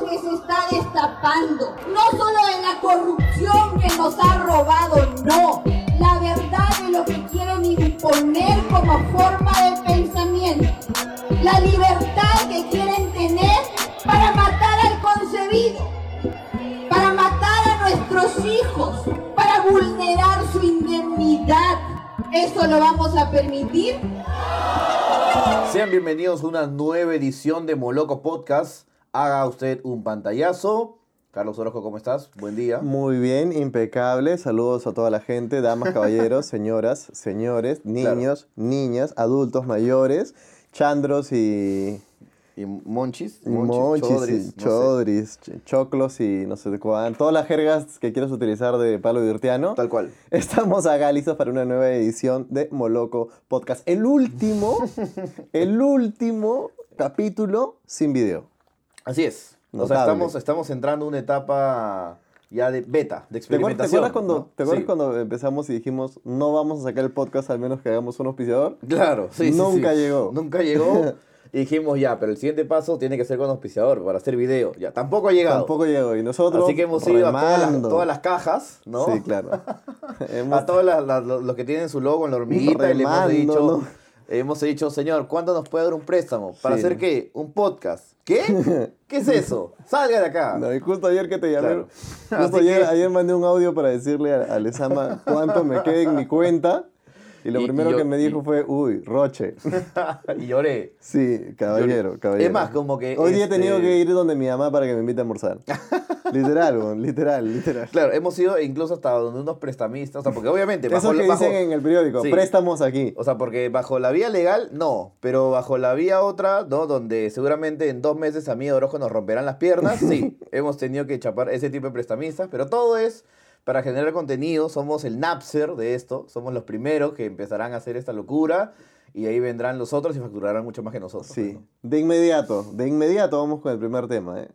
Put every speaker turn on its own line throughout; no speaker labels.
se está destapando, no solo de la corrupción que nos ha robado, no, la verdad de lo que quieren imponer como forma de pensamiento, la libertad que quieren tener para matar al concebido, para matar a nuestros hijos, para vulnerar su indemnidad. ¿Eso lo vamos a permitir?
Sean bienvenidos a una nueva edición de Moloco Podcast. Haga usted un pantallazo. Carlos Orozco, ¿cómo estás? Buen día.
Muy bien, impecable. Saludos a toda la gente, damas, caballeros, señoras, señores, niños, niñas, adultos, mayores, chandros y
Y Monchis,
monchis, y
no sé.
chodris, ch- choclos y no sé de cuán. Todas las jergas que quieras utilizar de Pablo Virtiano.
Tal cual.
Estamos acá listos para una nueva edición de Moloco Podcast. El último, el último capítulo sin video.
Así es. O sea,
Notable.
estamos, estamos entrando en una etapa ya de beta, de
¿Te acuerdas, te
experimentación.
acuerdas cuando,
¿no?
te acuerdas
Sí.
cuando empezamos y dijimos no vamos a sacar el podcast al menos que hagamos un auspiciador?
Claro, sí, sí,
Nunca
sí.
llegó.
Nunca llegó. Y dijimos ya, pero el siguiente paso tiene que ser con auspiciador para hacer video. Ya, tampoco ha llegado.
Tampoco llegó. Y nosotros.
Así que hemos ido a todas las,
remando.
todas las cajas, ¿no?
Sí, claro. Hemos-
A todos las- las- los que tienen su logo en la hormiguita y le hemos
Remando,
dicho,
¿no?
hemos dicho, señor, ¿cuánto nos puede dar un préstamo? ¿Para
Sí.
hacer qué? ¿Un podcast? ¿Qué? ¿Qué es eso? ¡Salga de acá!
No, y justo ayer que te llamé,
Claro. Así
justo ayer,
que-
ayer mandé un audio para decirle a, a Lezama cuánto me queda en mi cuenta. Y lo
Y- y
primero
yo-
que me dijo
y-
fue, uy, Roche.
y lloré.
Sí, caballero,
Es
caballero.
más, como que,
Hoy día he tenido
este-
que ir donde mi mamá para que me invite a almorzar. literal, weón, literal, literal.
Claro, hemos ido incluso hasta donde unos prestamistas, o sea, porque obviamente bajo,
Eso
la-
que
bajo-
dicen en el periódico,
Sí.
préstamos aquí.
O sea, porque bajo la vía legal, no. Pero bajo la vía otra, ¿no? Donde seguramente en dos meses a mí y a Orozco nos romperán las piernas. Sí, hemos tenido que chapar ese tipo de prestamistas. Pero todo es para generar contenido. Somos el napser de esto. Somos los primeros que empezarán a hacer esta locura. Y ahí vendrán los otros y facturarán mucho más que nosotros. pues,
Sí,
¿no?
de inmediato, de inmediato vamos con el primer tema. ¿eh?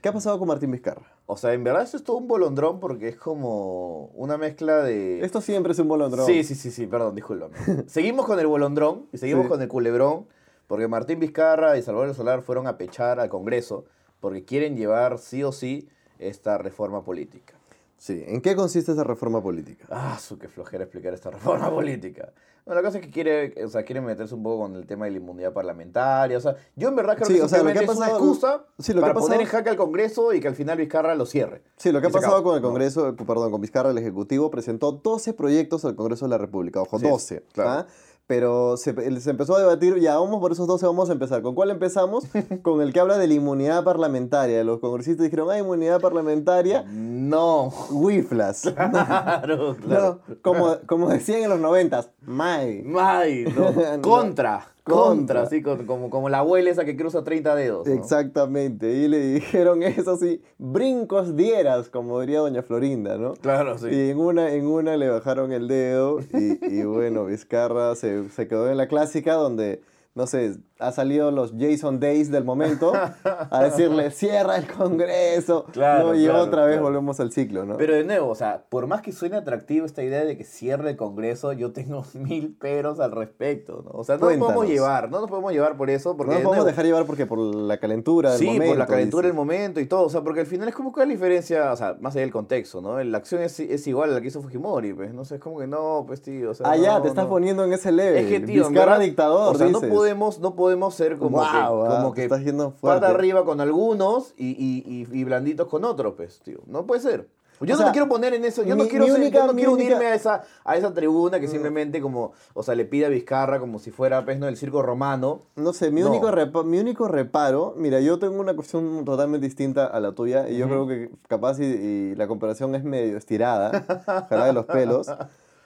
¿Qué ha pasado con Martín Vizcarra?
O sea, en verdad esto es todo un bolondrón porque es como una mezcla de...
Esto siempre es un bolondrón.
Sí, sí, sí, sí, perdón, discúlpame. seguimos con el bolondrón y seguimos
Sí.
con el culebrón, porque Martín Vizcarra y Salvador Solar fueron a pechar al Congreso porque quieren llevar sí o sí esta reforma política.
Sí, ¿en qué consiste esa reforma política?
Ah, su que flojera explicar esta reforma política. Bueno, la cosa es que quiere, o sea, quieren meterse un poco con el tema de la inmunidad parlamentaria. O sea, yo en verdad creo
Sí,
que,
o sea, lo que
simplemente
ha
es una
pasado-
excusa
sí, lo que
para
ha pasado-
poner en jaque al Congreso y que al final Vizcarra lo cierre.
Sí, lo que
Y
ha
se
pasado
acabó.
con el
No.
Congreso, eh, perdón, con Vizcarra, el Ejecutivo presentó 12 proyectos al Congreso de la República, ojo,
Así es,
12,
claro.
¿ah? Pero se, el- se empezó a debatir, ya vamos por esos 12, vamos a empezar. ¿Con cuál empezamos? con el que habla de la inmunidad parlamentaria. Los congresistas dijeron, ah, inmunidad parlamentaria,
No.
wiflas.
Claro, claro.
No, como, como decían en los 90, may.
May, no. Contra,
No.
contra,
Contra.
sí, con- como, como la abuela esa que cruza 30 dedos. ¿no?
Exactamente, y le dijeron eso así, brincos dieras, como diría doña Florinda, ¿no?
Claro, sí.
Y en una, en una le bajaron el dedo y, y bueno, Vizcarra se, se quedó en la clásica donde, no sé, ha salido los Jason Days del momento a decirle, cierra el Congreso.
Claro,
¿no? Y
claro,
otra vez
claro.
volvemos al ciclo, ¿no?
Pero de nuevo, o sea, por más que suene atractivo esta idea de que cierre el Congreso, yo tengo mil peros al respecto, ¿no? O sea, no nos
Cuéntanos.
podemos llevar, no nos podemos llevar por eso,
no
porque
nos
de
podemos
nuevo,
dejar llevar porque por la calentura del
sí,
momento.
por la calentura del
dice.
momento y todo, o sea, porque al final es como que la diferencia, o sea, más allá del contexto, ¿no? La acción es, es igual a la que hizo Fujimori, pues, no sé, es como que no, pues tío, o sea,
Ah, ya,
no,
te estás
no.
poniendo en ese leve.
Es que, tío, en
Vizcarra
verdad,
dictador,
O sea, no
dices.
podemos, no podemos ser como
Guau,
que,
ah,
como
te
que
estás yendo fuerte.
pata arriba con algunos y, y- y- y blanditos con otros, pues, tío. No puede ser. Yo
O
no
sea,
me quiero poner en eso, yo no
mi-
quiero,
mi
ser- yo
única-
no
mi
quiero
única- Mm.
unirme a esa, a esa tribuna que simplemente como, o sea, le pide a Vizcarra como si fuera, pues, no, el circo romano.
No sé, mi,
No.
Único repa- mi único reparo, mira, yo tengo una cuestión totalmente distinta a la tuya y yo creo que capaz y, y la comparación es medio estirada, ojalá de los pelos,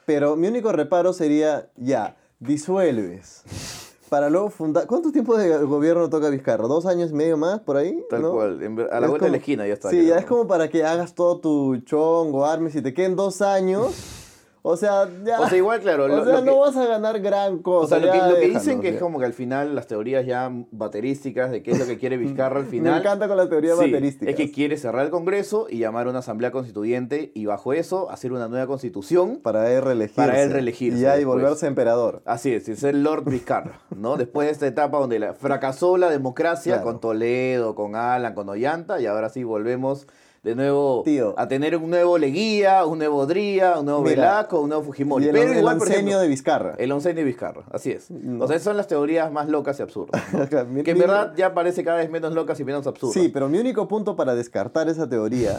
pero mi único reparo sería, ya, disuelves, para luego fundar, ¿cuánto tiempo de gobierno toca Vizcarra? ¿Dos años y medio más por ahí?
Tal
¿No?
cual, en ver- a la
Es
vuelta de
como-
la esquina ya está.
Sí,
creo,
ya es
¿no?
como para que hagas todo tu chongo, armes y te queden dos años. O sea, ya.
O sea, igual, claro,
o
lo-
sea,
lo
no
que-
vas a ganar gran
O
cosa.
sea, lo que,
ya
lo que
déjalo,
dicen que es
ya.
como que al final las teorías ya baterísticas de qué es lo que quiere Vizcarra al final.
Me encanta con la teoría
Sí,
baterística.
Es que quiere cerrar el Congreso y llamar a una asamblea constituyente y bajo eso hacer una nueva constitución.
Para él reelegirse.
Para él reelegirse
Y ya, y
después. Ah,
volverse emperador.
Así es, es el Lord Vizcarra, ¿no? Después de esta etapa donde la- fracasó la democracia
Claro.
con Toledo, con Alan, con Ollanta, y ahora sí volvemos de nuevo
Tío.
a tener un nuevo Leguía, un nuevo Dría, un nuevo
Mira,
Velasco, un nuevo Fujimori.
y el,
Pero
el
igual, por
oncenio
ejemplo, eh,
de Vizcarra.
el oncenio de Vizcarra, así es.
No.
O sea, son las teorías más locas y absurdas. ¿no?
Claro, mi-
que en
mi-
verdad ya parece cada vez menos locas y menos absurdas.
Sí, pero mi único punto para descartar esa teoría,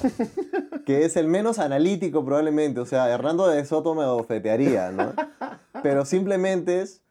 que es el menos analítico probablemente, o sea, Hernando de Soto me bofetearía, ¿no? Pero simplemente es...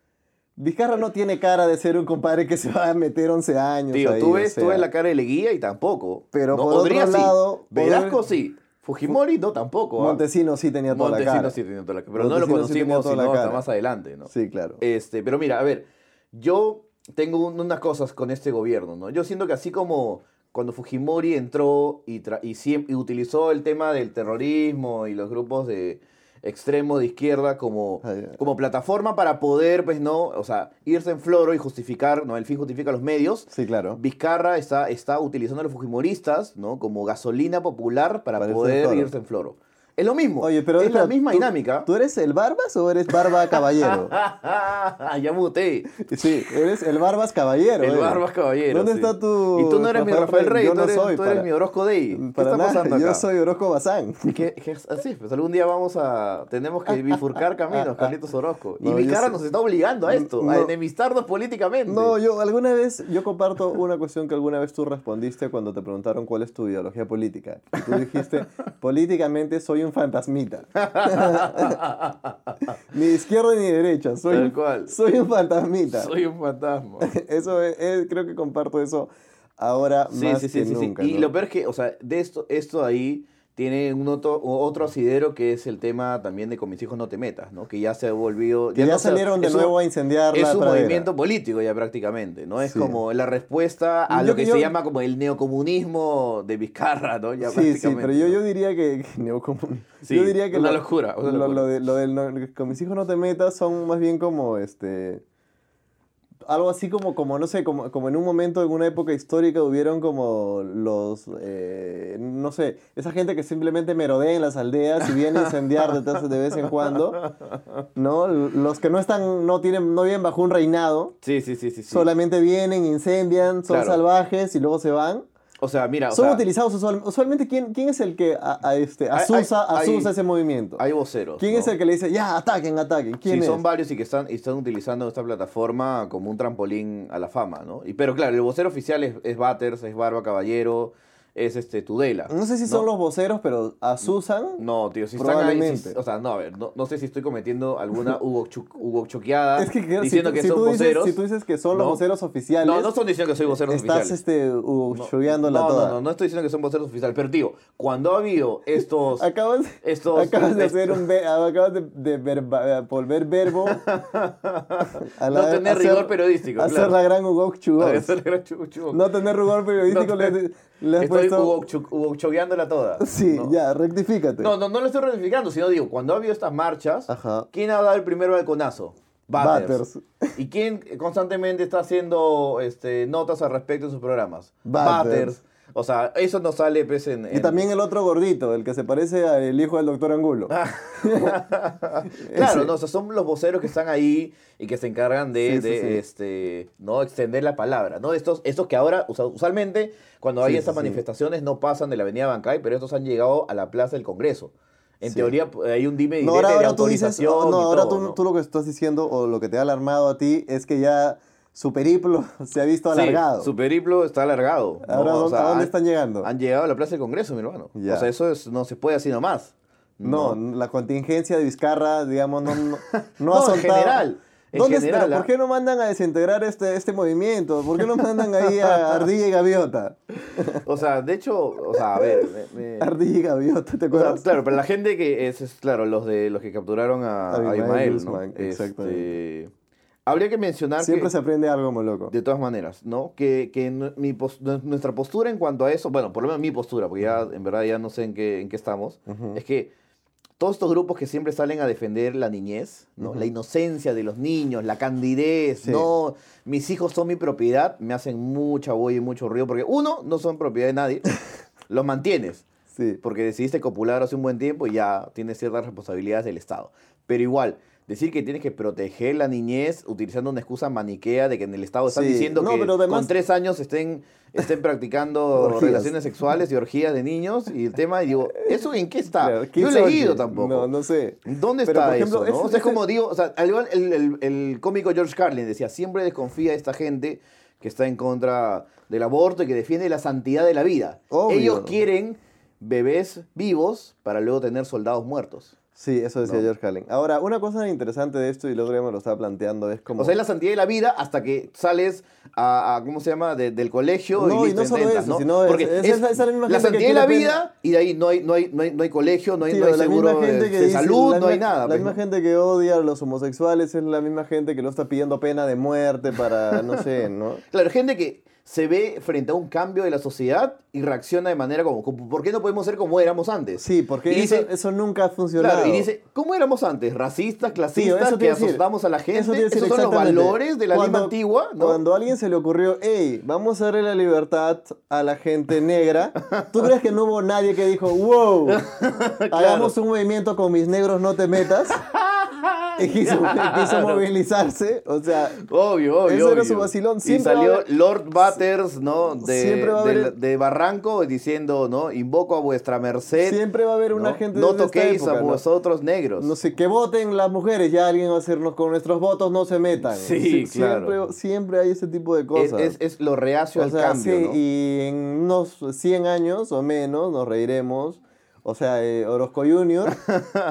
Vizcarra no tiene cara de ser un compadre que se va a meter 11 años.
Tío,
ahí,
tú
o
ves, tú
sea.
ves la cara de Leguía y tampoco.
Pero
no,
por
Odría
otro
sí.
lado,
Velasco
Odr-
sí. Fujimori no tampoco. ¿ah?
Montesino sí tenía toda la cara.
Montesinos sí tenía toda la cara. Pero no lo
Montesinos sí tenía
conocimos
toda la
sino hasta
cara.
más adelante, ¿no?
Sí, claro.
Este, pero mira, a ver, yo tengo un- unas cosas con este gobierno, ¿no? Yo siento que así como cuando Fujimori entró y, tra- y, siem- y utilizó el tema del terrorismo y los grupos de extremo de izquierda como,
Ah, ya.
como plataforma para poder, pues, ¿no? O sea, irse en floro y justificar, ¿no? El fin justifica los medios.
Sí, claro.
Vizcarra está, está utilizando a los fujimoristas ¿no? como gasolina popular para
Para irse en
poder
floro.
irse en floro. Es lo mismo.
Oye, pero
es
espera,
la misma
¿tú-
dinámica.
¿Tú eres el Barbas o eres Barba Caballero?
ya muté.
Sí, eres el Barbas Caballero.
El
eres.
Barbas Caballero.
¿Dónde
sí.
está tu.?
Y tú no eres mi
Rafael
Rafael Rey,
Yo
tú
no
eres,
soy.
tú eres
para-
mi Orozco Day. ¿Qué
para
está
nada,
pasando acá?
Yo soy Orozco Bazán.
¿Qué- qué es- así es, pues algún día vamos a. Tenemos que bifurcar caminos, Carlitos Orozco. Y
No, yo
Vizcarra
sé.
nos está obligando a esto, a
No.
enemistarnos políticamente.
No, yo alguna vez. Yo comparto una cuestión que alguna vez tú respondiste cuando te preguntaron cuál es tu ideología política. Y tú dijiste, políticamente soy un fantasmita. ni izquierda ni derecha. Soy,
Tal cual.
Soy un fantasmita.
Soy un fantasma.
Eso es, es- creo que comparto eso ahora
Sí,
más
sí, sí,
que
sí, sí.
nunca.
Y
¿no?
lo peor es que, o sea, de esto, esto ahí tiene un otro, otro asidero que es el tema también de con mis hijos no te metas, ¿no? Que ya se ha volvido...
Que ya,
no se-
salieron de
es un-
nuevo a incendiar la
Es un
pradera.
movimiento político ya prácticamente, ¿no? Es
Sí.
como la respuesta a
Yo-
lo que
yo-
se llama como el neocomunismo de Vizcarra, ¿no? Ya
Sí, sí, pero yo,
¿no?
yo diría que, que neocomun-
Sí,
yo diría que
una
lo-
locura, una
lo,
locura.
lo de- lo del no- con mis hijos no te metas son más bien como este algo así como como no sé como, como en un momento en una época histórica hubieron como los eh, no sé esa gente que simplemente merodea en las aldeas y viene a incendiar de, tas- de vez en cuando no los que no están no tienen no viven bajo un reinado
Sí, sí, sí, sí. sí.
solamente vienen incendian son
Claro.
salvajes y luego se van
O sea, mira, o
son
sea,
utilizados usual- usualmente. ¿quién, ¿Quién es el que a- a este,
hay-
asusa,
hay-
asusa ese movimiento?
hay voceros.
¿Quién
¿no?
es el que le dice, ya, ataquen, ataquen? ¿Quién
Sí,
es?
son varios y que están, y están utilizando esta plataforma como un trampolín a la fama, ¿no? Y, pero claro, el vocero oficial es, es Batters, es Barba Caballero, es este Tudela.
no sé si son los voceros, pero asusan.
No, tío, si están ahí.
Probablemente.
si- o sea, no, a ver, no, no sé si estoy cometiendo alguna Hugo, Chu- Hugo Choqueada
Es que claro, si
diciendo
tú-
que
si
son
tú dices-
voceros.
si tú dices que son los
No.
voceros oficiales,
no, no estoy diciendo que soy vocero
estás
oficial.
este,
No,
uchulleándola
no,
toda.
no, no, no estoy diciendo que son voceros oficiales, pero tío, cuando ha habido estos.
Acabas,
Estos-
acabas de
est-
hacer un ve- ah, acabas de, de verba- volver verbo a
No tener
hacer-
rigor periodístico,
hacer
claro.
la gran Hugo Chugos.
Chu- chu-
no tener rigor periodístico
No
le,
te-
le has
Estoy
puesto-
Hugo Chu- Hugo Choqueándola toda.
Sí,
¿no?
ya, rectifícate.
No, no, no lo estoy reunificando, sino digo, cuando ha habido estas marchas,
Ajá.
¿quién ha dado el primer balconazo? Batters. ¿Y quién constantemente está haciendo este, notas al respecto en sus programas?
Batters.
O sea, eso no sale pues, en,
Y
en-
también el otro gordito, el que se parece al hijo del doctor Angulo.
Ah, Claro,
Ese.
Ah, no, o sea, son los voceros que están ahí y que se encargan de,
Sí, sí,
de,
sí.
este, ¿no? extender la palabra, ¿no? Estos, estos que ahora, o sea, usualmente, cuando hay
Sí,
estas
sí, sí.
manifestaciones, no pasan de la avenida Bancay, pero estos han llegado a la Plaza del Congreso. En
Sí.
teoría hay un dime y
No,
direte
ahora,
de
ahora tú dices,
autorización
oh, no,
y
ahora
todo,
tú,
¿no?
tú lo que estás diciendo o lo que te ha alarmado a ti es que ya su periplo se ha visto
Sí,
alargado.
su periplo está alargado. ¿no?
ahora,
O
¿dó-
sea,
¿a dónde
han-
están llegando?
Han llegado a la Plaza del Congreso, mi hermano.
Ya.
O sea, eso es- no se puede así nomás.
No, la contingencia de Vizcarra, digamos, no, no, no
No,
ha
en
soltado.
general, en
¿Dónde es-
general,
pero
ah.
¿Por qué no mandan a desintegrar este, este movimiento? ¿Por qué no mandan ahí a Ardilla y Gaviota?
Eh. O sea, de hecho, o sea, a ver. me- me-
Ardilla y Gaviota, ¿te
o sea,
acuerdas?
claro, pero la gente que es, es, claro, los de los que capturaron a,
A
a
Ismael
Ismael, ¿no?
Guzmán, exactamente.
Este, habría que mencionar
Siempre
que-
se aprende algo como loco.
de todas maneras, ¿no? Que, que nu- mi pos- nu- nuestra postura en cuanto a eso, bueno, por lo menos mi postura, porque ya en verdad ya no sé en qué, en qué estamos, es que todos estos grupos que siempre salen a defender la niñez, ¿no?
Ujú.
la inocencia de los niños, la candidez,
Sí.
no, mis hijos son mi propiedad, me hacen mucha boya y mucho ruido, porque uno, no son propiedad de nadie, los mantienes,
Sí.
porque decidiste copular hace un buen tiempo y ya tienes ciertas responsabilidades del Estado. Pero igual, decir que tienes que proteger la niñez utilizando una excusa maniquea de que en el Estado están
Sí.
diciendo
No,
que
pero además-
con tres años estén, estén practicando
Orgías.
relaciones sexuales y orgías de niños y el tema, y digo, ¿eso en qué está?
Claro, ¿quién
Yo he
sabe
leído
qué?
tampoco.
No, no sé.
¿Dónde
Pero,
está
por ejemplo,
eso? ¿no?
ese-
o sea, es
ese-
como digo, o sea, al igual el, el- el cómico George Carlin decía, siempre desconfía de esta gente que está en contra del aborto y que defiende la santidad de la vida.
Obvio.
Ellos quieren bebés vivos para luego tener soldados muertos.
Sí, eso decía
No.
George Carlin. Ahora, una cosa interesante de esto, y el otro día me lo estaba planteando, es como...
O sea, es la santidad de la vida hasta que sales a, a- ¿cómo se llama?, De- del colegio
No,
y,
y
listo,
no solo
intentas,
eso,
¿no?
sino es-
Porque
es- esa- esa misma
la
gente que
santidad de la
quiere
vida y de ahí no hay, no hay, no hay, no hay colegio, no hay,
Sí,
no hay
o la
seguro
misma gente
de,
que
de
dice-
salud,
la
no hay
misma-
nada.
La
pues,
misma
¿no?
gente que odia a los homosexuales es la misma gente que lo está pidiendo pena de muerte para, no sé, ¿no?
Claro, gente que se ve frente a un cambio de la sociedad y reacciona de manera como, como, ¿por qué no podemos ser como éramos antes?
Sí, porque
Y
eso,
dice-
eso nunca ha funcionado.
Claro, y dice, ¿cómo éramos antes? Racistas,
Tío,
clasistas,
eso te
que
iba a decir.
asustamos a la gente.
Eso te iba a decir
Esos son los
exactamente.
valores de la
Cuando-
lima antigua, ¿no?
Cuando a alguien se le ocurrió, hey, vamos a darle la libertad a la gente negra, ¿tú crees que no hubo nadie que dijo, wow, hagamos un movimiento con mis negros, no te metas? Y quiso, quiso movilizarse, o sea,
Obvio, obvio.
Eso era
obvio.
su vacilón.
Y
Siempre
salió
va a haber-
Lord Butters, ¿no? De,
Siempre va a
de
haber-
la- de Barranco diciendo, ¿no? Invoco a vuestra merced.
siempre va a haber una
Eh, ¿no?
gente
No
desde esta
toquéis
época,
a
¿no?
vosotros negros.
No sé, que voten las mujeres, ya alguien va a hacernos con nuestros votos, no se metan.
Sí, claro.
Siempre, siempre hay ese tipo de
es,
cosas.
es- es lo reacio
o
al
sea,
cambio,
sí,
¿no?
y en unos 100 años o menos nos reiremos. O sea, eh, Orozco Junior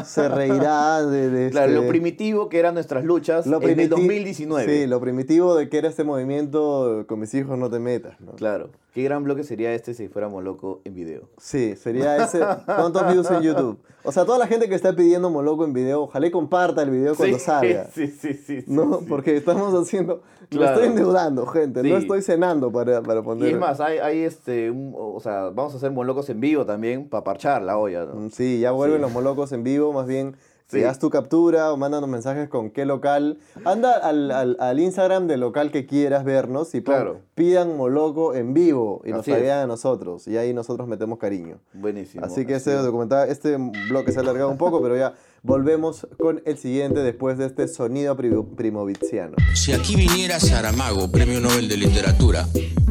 se reirá de, de
Claro,
este-
lo primitivo que eran nuestras luchas
lo
en el
primiti-
2019.
Sí, lo primitivo de que era este movimiento eh, con mis hijos no te metas. ¿no?
Claro. Qué gran bloque sería este si fuéramos loco en video.
Sí, sería ese. ¿Cuántos views en YouTube? O sea, toda la gente que está pidiendo Moloco en video, ojalá y comparta el video cuando salga.
Sí, sí, sí. sí,
¿no?
sí.
Porque estamos haciendo. Lo
Claro.
estoy endeudando, gente. No
Sí.
estoy cenando para, para poner.
Y es más, hay, hay este, un- o sea, vamos a hacer locos en vivo también para parchar la olla, ¿no?
Mm, Sí, ya vuelven
Sí.
los molocos en vivo, más bien.
Sí.
Si haz tu captura o mándanos mensajes con qué local. Anda al, al- al Instagram del local que quieras vernos y pon,
Claro.
pidan moloco en vivo y nos
Así es.
traigan a nosotros. Y ahí nosotros metemos cariño.
Buenísimo.
Así que
así
este
es.
documental, este bloque se ha alargado un poco, pero ya volvemos con el siguiente después de este sonido pri- primoviziano.
Si aquí viniera Saramago, Premio Nobel de Literatura,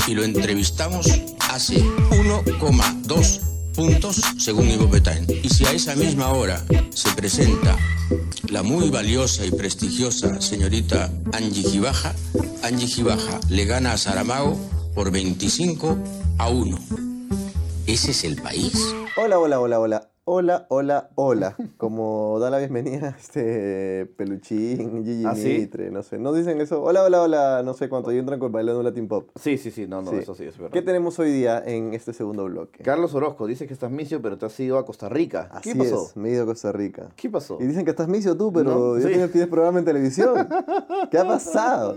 y lo entrevistamos, hace 1,2 puntos según Ivo Petain. Y si a esa misma hora se presenta la muy valiosa y prestigiosa señorita Angie Gibaja, Angie Gibaja le gana a Saramago por 25 a 1. Ese es el país.
Hola, hola, hola, hola. Hola, hola, hola. Como da la bienvenida este Peluchín, Gigi
¿Ah, sí?
Mitre, no sé. No dicen eso. Hola, hola, hola, no sé cuánto. Y entran con bailando Latin Pop.
Sí, sí, sí, no, no, eso sí es verdad.
¿Qué tenemos hoy día en este segundo bloque?
Carlos Orozco dice que estás misio, pero te has ido a Costa Rica.
Así
¿Qué pasó?
es, me he ido a Costa Rica.
¿Qué pasó?
Y dicen que estás misio tú, pero
No,
yo
sí.
te me pides programa en televisión. ¿Qué ha pasado?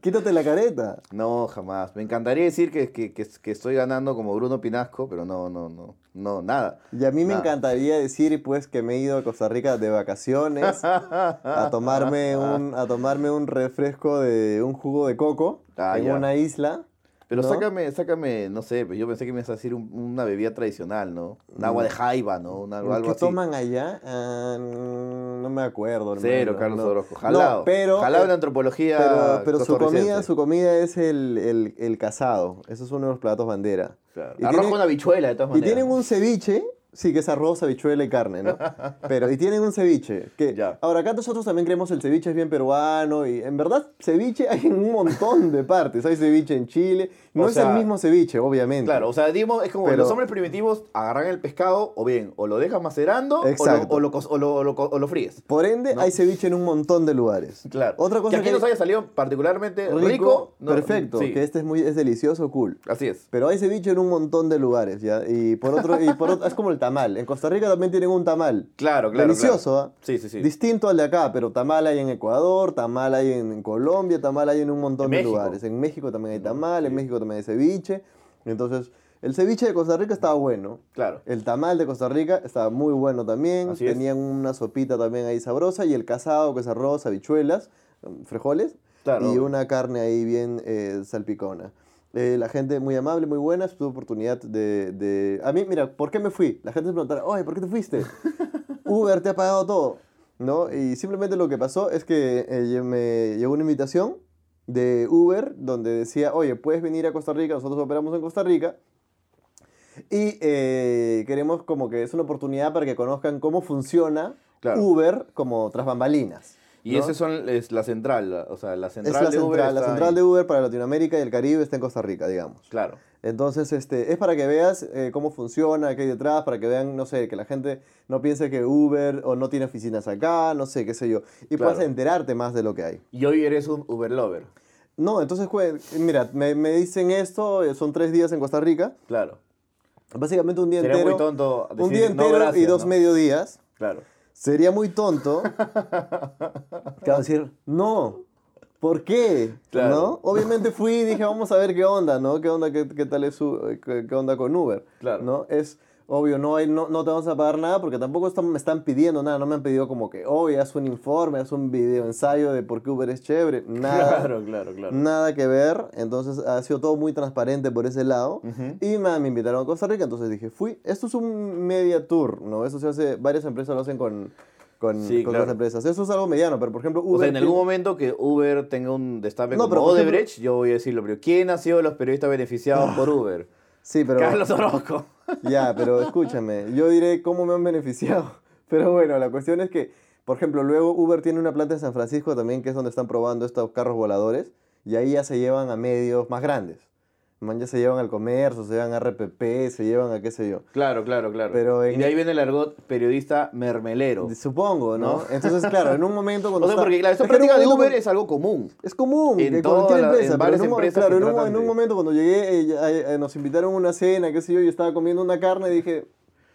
Quítate la careta.
No, jamás. Me encantaría decir que, que- que- que estoy ganando como Bruno Pinasco, pero no, no, no, no, nada.
Y a mí me
Nada.
encantaría decir pues que me he ido a Costa Rica de vacaciones a
Ah,
tomarme un, a tomarme un refresco de un jugo de coco
Ah,
en
ya.
una isla.
Pero
¿no?
sácame, sácame, no sé, pues yo pensé que me ibas a decir un- una bebida tradicional, ¿no? Un agua de jaiba, ¿no? Un algo, algo
¿Qué
así.
toman allá? Ah, mm, no me acuerdo.
Cero,
hermano,
Carlos
no.
Orozco.
No,
Jalado.
pero,
Jalado en
eh,
antropología
pero, pero su
costarricense.
comida, su comida es el, el, el casado. Eso es uno de los platos bandera.
Claro.
Y
Arroz
tienen-
con una bichuela, de todas
Y
maneras.
tienen un ceviche, sí, que es arroz, habichuela y carne, ¿no? Pero, y tienen un ceviche. Que,
Ya.
Ahora, acá nosotros también creemos el ceviche es bien peruano y en verdad ceviche hay en un montón de partes. Hay ceviche en Chile. No
O
es
sea,
el mismo ceviche, obviamente.
Claro, o sea, dimos, es como
Pero-
los hombres primitivos agarran el pescado, o bien, o lo dejas macerando, o lo-
Exacto.
o lo, cos- o lo- o lo co- o lo fríes.
Por ende, hay ceviche en un montón de lugares.
Claro.
Otra cosa
que aquí nos haya salido particularmente rico. no,
perfecto,
sí,
que este es, muy, es delicioso, cool.
Así es.
Pero hay ceviche en un montón de lugares, ¿ya? Y por otro, y por otro- es como el tamal. En Costa Rica también tienen un tamal.
Claro, claro.
Delicioso,
claro.
¿ah?
Sí, sí, sí.
Distinto al de acá, pero tamal hay en Ecuador, tamal hay en, en Colombia, tamal hay en un montón
En
de
México.
lugares. En México también hay tamal, en México también hay ceviche. Entonces, El ceviche de Costa Rica estaba bueno.
Claro.
El tamal de Costa Rica estaba muy bueno también.
Así es.
Tenían una sopita también ahí sabrosa. Y el casado, que es arroz, habichuelas, mm, frijoles.
Claro.
Y una carne ahí bien eh, salpicona. Eh, la gente muy amable, muy buena, tuve oportunidad de, de- A mí, mira, ¿por qué me fui? La gente se preguntara, oye, ¿por qué te fuiste? Uber te ha pagado todo, ¿no? Y simplemente lo que pasó es que eh, lle- me llegó una invitación de Uber donde decía, oye, puedes venir a Costa Rica, nosotros operamos en Costa Rica, y eh, queremos como que es una oportunidad para que conozcan cómo funciona
Claro.
Uber como tras bambalinas.
Y
¿no?
esa son, es la central, la- o sea, la
Es
central
la
de Uber
central, la
está
central
ahí.
de Uber para Latinoamérica y el Caribe está en Costa Rica, digamos.
Claro.
Entonces, este, es para que veas eh, cómo funciona, qué hay detrás, para que vean, no sé, que la gente no piense que Uber o no tiene oficinas acá, no sé, qué sé yo. Y
Claro.
puedas enterarte más de lo que hay.
Y hoy eres un Uber lover.
No, entonces, pues, mira, me, me dicen esto, eh, son tres días en Costa Rica,
Claro.
básicamente un día
Sería
entero.
muy tonto
un
decir,
día
"No,
entero y
gracias",
dos
¿no?
mediodías.
Claro.
Sería muy tonto que decir, no, ¿por qué?
Claro.
¿No? Obviamente fui y dije, vamos a ver qué onda, ¿no? ¿Qué onda, qué, qué tal es su- eh, qué, qué onda con Uber?
Claro.
¿No? Es obvio, no, hay, no, no te vamos a pagar nada porque tampoco están- me están pidiendo nada, no me han pedido como que, oye, haz un informe, haz un video ensayo de por qué Uber es chévere, nada.
Claro, claro, claro.
Nada que ver, entonces ha sido todo muy transparente por ese lado. Y me, me invitaron a Costa Rica, entonces dije, fui. Esto es un media tour, ¿no? Eso se hace, varias empresas lo hacen con, con,
Sí,
con
claro.
otras empresas. Eso es algo mediano, pero por ejemplo, Uber.
O sea, en algún
tiene-
momento que Uber tenga un destape
No, pero
como
por ejemplo-
Odebrecht, yo voy a decirlo, pero ¿quién ha sido los periodistas beneficiados por Uber?
Sí, pero.
Carlos Orozco.
Ya, pero escúchame, yo diré cómo me han beneficiado. Pero bueno, la cuestión es que, por ejemplo, luego Uber tiene una planta en San Francisco también, que es donde están probando estos carros voladores, y ahí ya se llevan a medios más grandes. Man, ya se llevan al comercio, se llevan a RPP, se llevan a qué sé yo.
Claro, claro, claro.
Pero en-
Y de ahí viene el argot periodista mermelero.
Supongo, ¿no?
¿No?
Entonces, claro, en un momento cuando
O sea,
está-
porque claro, esta
es que en un
práctica de
momento
Uber
cuando-
es algo común.
es común,
en
que
toda
cualquier
la- en
empresa, pero
varias
en un, mo-
empresas
claro,
que
en un, mo- en
tratan
un
de-
momento cuando llegué, eh, ya, eh, eh, nos invitaron a una cena, qué sé yo, yo estaba comiendo una carne y dije,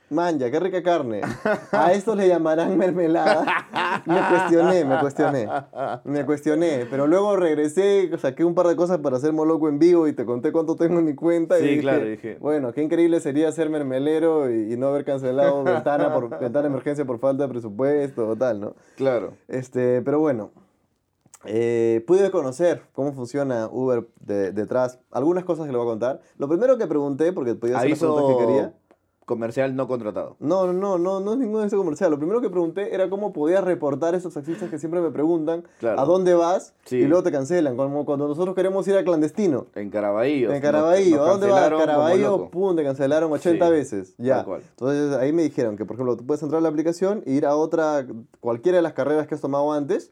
manja, qué rica carne, a esto le llamarán mermelada. me cuestioné, me cuestioné, me cuestioné, pero luego regresé, saqué un par de cosas para hacer moloco en vivo y te conté cuánto tengo en mi cuenta.
Sí,
y dije,
claro, dije.
bueno, qué increíble sería ser mermelero y, y no haber cancelado ventana, por, ventana de emergencia por falta de presupuesto o tal, ¿no?
Claro.
Este, pero bueno, eh, pude conocer cómo funciona Uber de- detrás. Algunas cosas que le voy a contar. Lo primero que pregunté, porque podía hacer las preguntas que
Aviso
quería.
comercial no contratado.
No, no, no, no, no es ninguno de esos comerciales. Lo primero que pregunté era cómo podía reportar a esos taxistas que siempre me preguntan
Claro.
a dónde vas
Sí.
y luego te cancelan. Como cuando nosotros queremos ir a clandestino.
En Caraballo.
En Caraballo, ¿a dónde vas? Caraballo,
puto.
pum, te cancelaron 80
Sí,
veces. Ya.
tal cual.
Entonces ahí me dijeron que, por ejemplo, tú puedes entrar a la aplicación, ir a otra, cualquiera de las carreras que has tomado antes,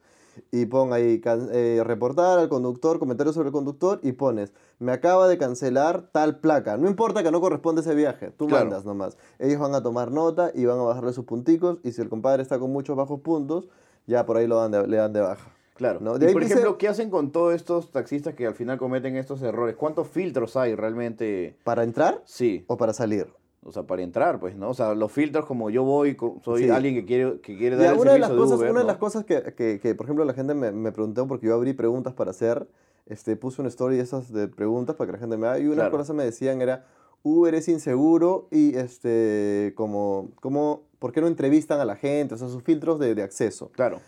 y pon ahí can- eh, reportar al conductor, comentarios sobre el conductor, y pones, me acaba de cancelar tal placa. No importa que no corresponde ese viaje, tú
Claro.
mandas nomás. Ellos van a tomar nota y van a bajarle sus punticos, y si el compadre está con muchos bajos puntos, ya por ahí lo dan de- le dan de baja.
Claro.
¿no?
Y
De ahí
por
dice-
ejemplo, ¿qué hacen con todos estos taxistas que al final cometen estos errores? ¿Cuántos filtros hay realmente?
¿Para entrar
Sí.
o para salir?
O sea, para entrar, pues, ¿no? O sea, los filtros como yo voy, co- soy
Sí.
alguien que quiere, que quiere
Ya,
dar el
una de las
servicio
cosas,
Uber,
una de
¿no?
las cosas que, que- que, por ejemplo, la gente me, me preguntó, porque yo abrí preguntas para hacer, este, puse una story de esas de preguntas para que la gente me haga, y una
Claro.
cosa me decían era, Uber es inseguro y, este, como, como, ¿por qué no entrevistan a la gente? O sea, sus filtros de, de acceso.
Claro,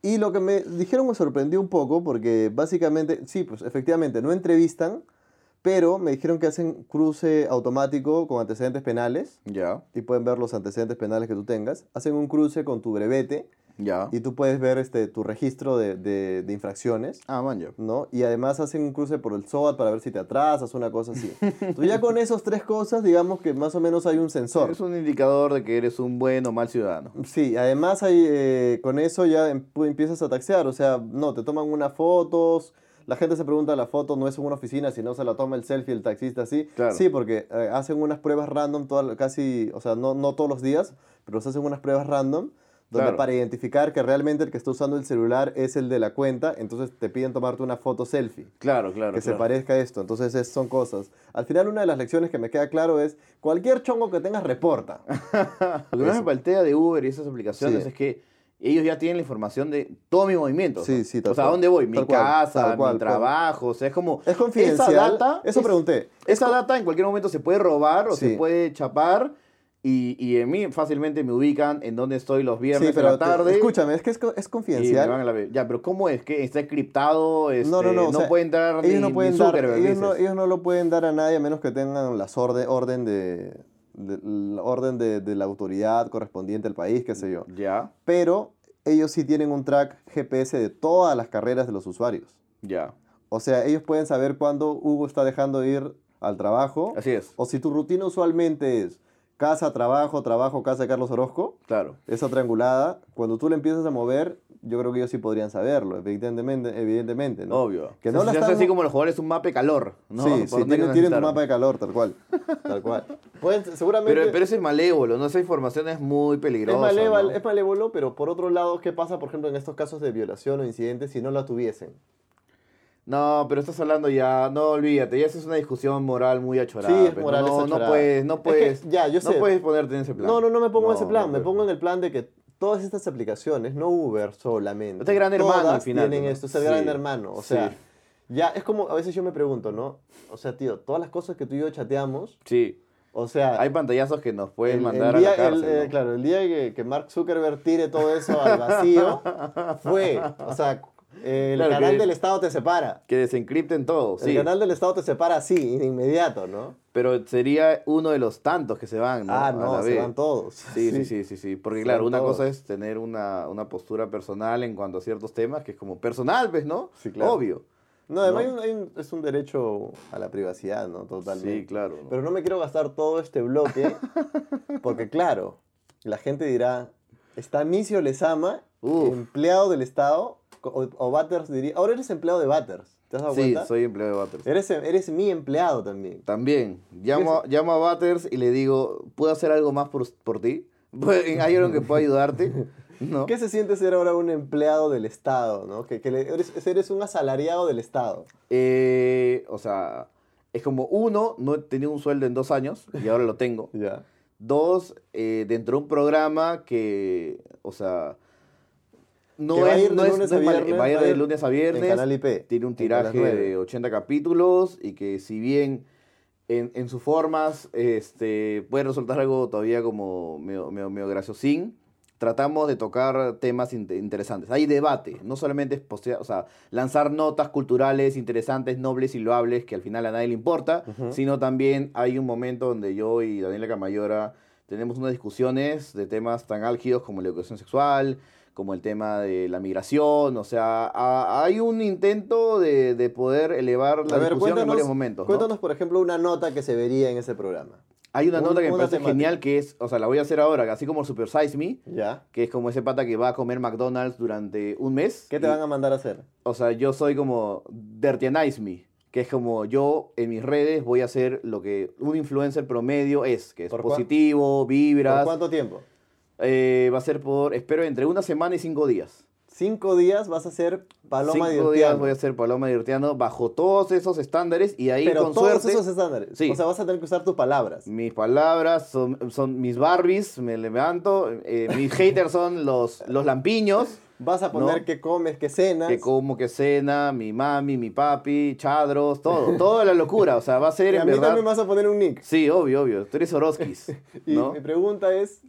Y lo que me dijeron me sorprendió un poco, porque básicamente, sí, pues efectivamente, no entrevistan, pero me dijeron que hacen cruce automático con antecedentes penales,
ya,
y pueden ver los antecedentes penales que tú tengas, hacen un cruce con tu brevete,
ya.
y tú puedes ver este, tu registro de, de- de infracciones,
Ah, man, ya.
¿no? Y además hacen un cruce por el SOAT para ver si te atrasas, una cosa así. Entonces ya con esas tres cosas, digamos que más o menos hay un sensor.
Es un indicador de que eres un buen o mal ciudadano.
Sí, además hay, eh, con eso ya em- tú empiezas a taxear, o sea, no, te toman unas fotos, la gente se pregunta la foto, no es en una oficina, sino se la toma el selfie, el taxista, así.
Claro.
Sí, porque eh, hacen unas pruebas random, toda- casi, o sea, no, no todos los días, pero se hacen unas pruebas random, donde
Claro.
para identificar que realmente el que está usando el celular es el de la cuenta, entonces te piden tomarte una foto selfie
Claro, claro.
que se
claro.
parezca a esto. Entonces es- son cosas. Al final una de las lecciones que me queda claro es, cualquier chongo que tengas reporta.
Lo que más me paltea de Uber y esas aplicaciones
Sí.
es que ellos ya tienen la información de todo mi movimiento.
Sí, sí, tal
O sea, ¿a
cual.
dónde voy? Mi
Tal cual, tal
casa, mi
cual, tal-
trabajo. O sea, es como.
Es confidencial.
Esa data.
Eso
es-
pregunté.
Esa data en cualquier momento se puede robar o
Sí.
se puede chapar. Y, y en mí fácilmente me ubican en dónde estoy los viernes en la
te-
tarde.
escúchame, es que es, co- es
y me van
confidencial.
a la ver- Ya, pero ¿cómo es que está encriptado? Este,
no, no, no. o sea,
puede entrar
ellos
ni,
no
ni
pueden dar,
Zuckerberg,
ellos, no,
dices.
ellos no lo pueden dar a nadie a menos que tengan las orden, orden de, de- la orden de, de la autoridad correspondiente al país, qué sé yo.
Ya,
Pero ellos sí tienen un track GPS de todas las carreras de los usuarios.
ya.
O sea, ellos pueden saber cuándo Hugo está dejando de ir al trabajo.
Así es.
O si tu rutina usualmente es casa, trabajo, trabajo, casa de Carlos Orozco,
Claro.
esa triangulada, cuando tú la empiezas a mover, yo creo que ellos sí podrían saberlo, evidentemente, evidentemente ¿no?
Obvio.
Que
Que
no
no
la
se hace
estamos-
así como los jugadores un mapa de calor. ¿no?
sí,
Por dónde
sí, tienen,
nos
tienen tu
necesitaron.
mapa de calor, tal cual. Tal cual. Pueden- seguramente
Pero, pero ese es malévolo, ¿no? Esa información es muy peligrosa.
es, maléval-
¿no?
es malévolo, pero por otro lado, ¿qué pasa, por ejemplo, en estos casos de violación o incidentes si no la tuviesen?
No, pero estás hablando ya, no olvídate, ya esa es una discusión moral muy achorada.
Sí, es
pero
moral,
no,
es achorada.
no puedes,
Es
no
que,
puedes,
ya, yo
no
sé.
puedes ponerte en ese plan.
No, no, no me pongo en ese
No,
plan,
no
me
puedes.
pongo en el plan de que todas estas aplicaciones, no Uber solamente.
Este gran hermano,
todas
al final,
Tienen
¿no?
esto, es el
Sí,
gran hermano. O
sí.
sea, ya es como a veces yo me pregunto, ¿no? O sea, tío, todas las cosas que tú y yo chateamos,
Sí,
o sea.
hay pantallazos que nos
el-
pueden
el
mandar
día-
a la
el,
cárcel.
eh,
¿no?
Claro, el día que, que Mark Zuckerberg tire todo eso al vacío, fue. O sea, el
Claro que-
canal del Estado te separa.
Que desencripten todo,
El
sí.
canal del Estado te separa así, de inmediato, ¿no?
Pero sería uno de los tantos que se van, ¿no?
ah,
A
no,
la
se
vez.
van todos.
Sí, sí, sí, sí, sí. Porque
Se
claro,
van
una cosa
todos.
es tener una, una postura personal en cuanto a ciertos temas, que es como personal, ¿ves, no?
Sí, claro.
Obvio.
No, además
¿No?
hay un- hay un- es un derecho a la privacidad, ¿no? Totalmente.
Sí, claro. ¿no?
Pero no me quiero gastar todo este bloque, porque claro, la gente dirá, está Micio Lezama,
Uf.
empleado del Estado, o, o Butters diría, ahora eres empleado de Butters, ¿te has dado
sí,
cuenta?
soy empleado de Waters.
Eres, eres mi empleado también.
También, llamo, a- llamo a Butters y le digo, ¿puedo hacer algo más por, por ti? Pues, ¿Hay algo en que pueda ayudarte? ¿No?
¿Qué se siente ser ahora un empleado del Estado, no? Que, que le- eres, eres un asalariado del Estado.
Eh, o sea, es como, uno, no he tenido un sueldo en dos años y ahora lo tengo.
Ya.
Dos, eh, dentro de un programa que, o sea, no
Que va a
es,
ir de
no es-
lunes
no
a
es mal-
viernes,
va a ir
va a
de
ir
lunes a
En
viernes.
Canal IP.
tiene un
en Canal
tiraje
9.
de 80 capítulos y que si bien en, en sus formas este, puede resultar algo todavía como medio, medio, medio graciosín, tratamos de tocar temas inte- interesantes. Hay debate, no solamente es postear, o sea, lanzar notas culturales interesantes, nobles y loables que al final a nadie le importa,
Ujú.
sino también hay un momento donde yo y Daniela Camayora tenemos unas discusiones de temas tan álgidos como la educación sexual, como el tema de la migración, o sea, ha- hay un intento de, de poder elevar la
A ver,
discusión en
cuéntanos,
varios momentos. ¿no?
cuéntanos, por ejemplo, una nota que se vería en ese programa.
Hay una
un-
nota que me
una
parece
temática.
genial que es, o sea, la voy a hacer ahora, así como Super Size Me,
¿Ya?
que es como ese pata que va a comer McDonald's durante un mes.
¿Qué te
Y-
van a mandar a hacer?
O sea, yo soy como Dirty and Nice Me, que es como yo en mis redes voy a hacer lo que un influencer promedio es, que es
¿Por cuán-
positivo,
¿Por
vibras.
cuánto tiempo?
Eh, va a ser por, espero, entre una semana y cinco días.
Cinco días vas a ser Paloma
Cinco
Dioctiano.
días voy a ser Paloma Dirtiano bajo todos esos estándares y ahí
Pero
con
todos
suerte
esos estándares.
Sí.
O sea, vas a tener que usar tus palabras.
mis palabras son, son mis Barbies, me levanto, eh, mis haters son los, los lampiños,
Vas a poner
No.
qué comes, qué cenas.
que como que cena, mi mami, mi papi, chadros, todo, toda la locura, o sea, va a ser
y a
en
mí
verdad...
también vas a poner un nick.
Sí, obvio, obvio, tú eres Oroskis,
Y
¿no?
mi pregunta es...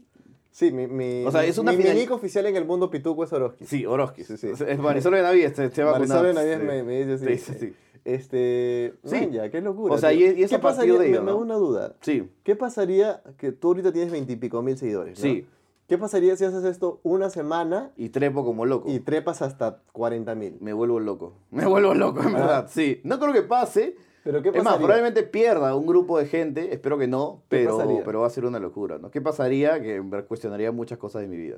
Sí, mi, mi,
O sea, es una
mi- mi
final-
nick oficial en el mundo pituco es Orozki.
Sí, Oroskis.
Sí, sí.
Es Marisol de Navidad, te, te va a
Marisol
vacunar.
de Navidad
Sí.
me, me dice así.
Sí, sí, sí.
Este,
Sí.
manja, qué locura.
O sea,
tío.
y- y es
¿Qué
a partir
pasaría-
de ello,
me- Me
¿no?
da una duda.
Sí,
¿Qué pasaría que tú ahorita tienes veintipico mil seguidores? ¿no?
Sí.
¿Qué pasaría si haces esto una semana
y trepo como loco.
y trepas hasta 40 mil?
Me vuelvo loco. Me vuelvo loco, en verdad. Sí. No creo que pase.
¿Pero Ah. qué
Es más,
pasaría?
probablemente pierda un grupo de gente. Espero que no.
¿Qué
Pero,
pasaría?
pero va a ser una locura, ¿no? ¿Qué pasaría? Que me cuestionaría muchas cosas de mi vida.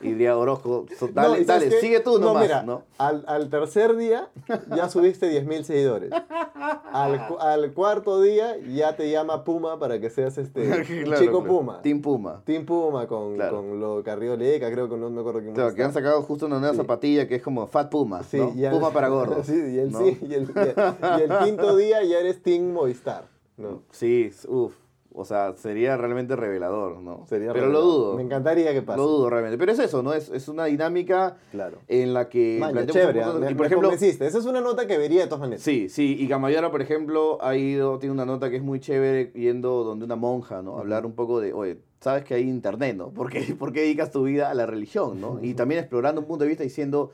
Y diría, Orozco, so-
No,
dale,
¿y sabes
dale,
qué?
sigue tú nomás, ¿no?
mira, Al, al tercer día ya subiste 10 mil seguidores. Al, cu- al cuarto día ya te llama Puma para que seas este un
Claro,
chico
claro.
Puma.
Team Puma.
Team Puma con,
Claro.
con lo Carrioleca, creo que no me acuerdo quién más
Claro, que
estaba.
han sacado justo una nueva
Sí.
zapatilla que es como Fat Puma.
Sí,
¿no?
y al-
Puma para gordos.
Sí, y el,
¿no?
sí, y el- y el- y el quinto día ya eres Team Movistar. ¿no?
Sí, uff. O sea, sería realmente revelador, ¿no?
Sería
Pero
revelador.
lo dudo.
Me encantaría que pase.
Lo dudo realmente. Pero es eso, ¿no? Es, es una dinámica
Claro.
en la que
Maña,
planteamos
chévere,
cosas-
¿ah? me,
y por
me
ejemplo,
convenciste. Esa es una nota que vería de todas maneras.
Sí, sí, y Camayora, por ejemplo, ha ido, tiene una nota que es muy chévere yendo donde una monja, ¿no? Hablar un poco de, oye, sabes que hay internet, ¿no? ¿Por qué, por qué dedicas tu vida a la religión, ¿no? Y también explorando un punto de vista y siendo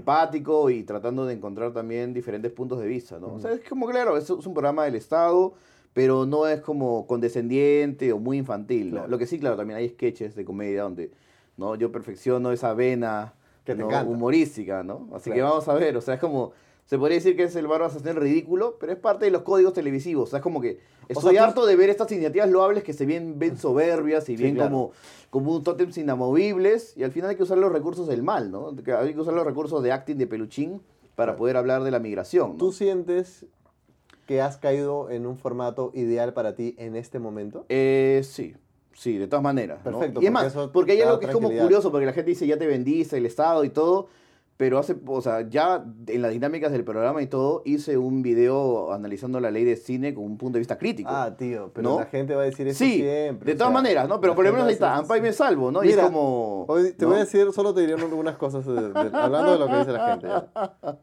empático y tratando de encontrar también diferentes puntos de vista, ¿no? O sea, es como, claro, es, es un programa del Estado, pero no es como condescendiente o muy infantil, ¿no?
Claro.
Lo que sí, claro, también hay sketches de comedia donde, ¿no? Yo perfecciono esa vena
Que te
¿no?
encanta.
humorística, ¿no? Así que
Claro.
vamos a ver, o sea, es como, se podría decir que es el barba hacer ridículo, pero es parte de los códigos televisivos, o sea, es como que estoy
sea, tú-
harto de ver estas iniciativas loables que se ven, ven soberbias y bien
claro.
como, como un tótems inamovibles, y al final hay que usar los recursos del mal, ¿no? Que Hay que usar los recursos de acting de peluchín para
Claro.
poder hablar de la migración, ¿no?
¿Tú sientes que has caído en un formato ideal para ti en este momento?
Eh, sí, sí, de todas maneras. ¿no?
Perfecto,
Y es
porque
más,
eso
porque hay
te da
algo que es como
tranquilidad.
curioso, porque la gente dice ya te bendice el Estado y todo, pero hace, o sea, ya en las dinámicas del programa y todo, hice un video analizando la ley de cine con un punto de vista crítico.
Ah, tío, pero
¿no?
la gente va a decir eso
sí,
siempre.
de
o
todas
sea,
maneras, ¿no? Pero
la
por lo
gente
menos
va a
ahí está,
decir
Ampa y me salvo, ¿no? y es
Mira,
como...
Hoy te
¿no?
voy a decir, solo te diré un- algunas cosas de- de- hablando de lo que dice la gente. ya.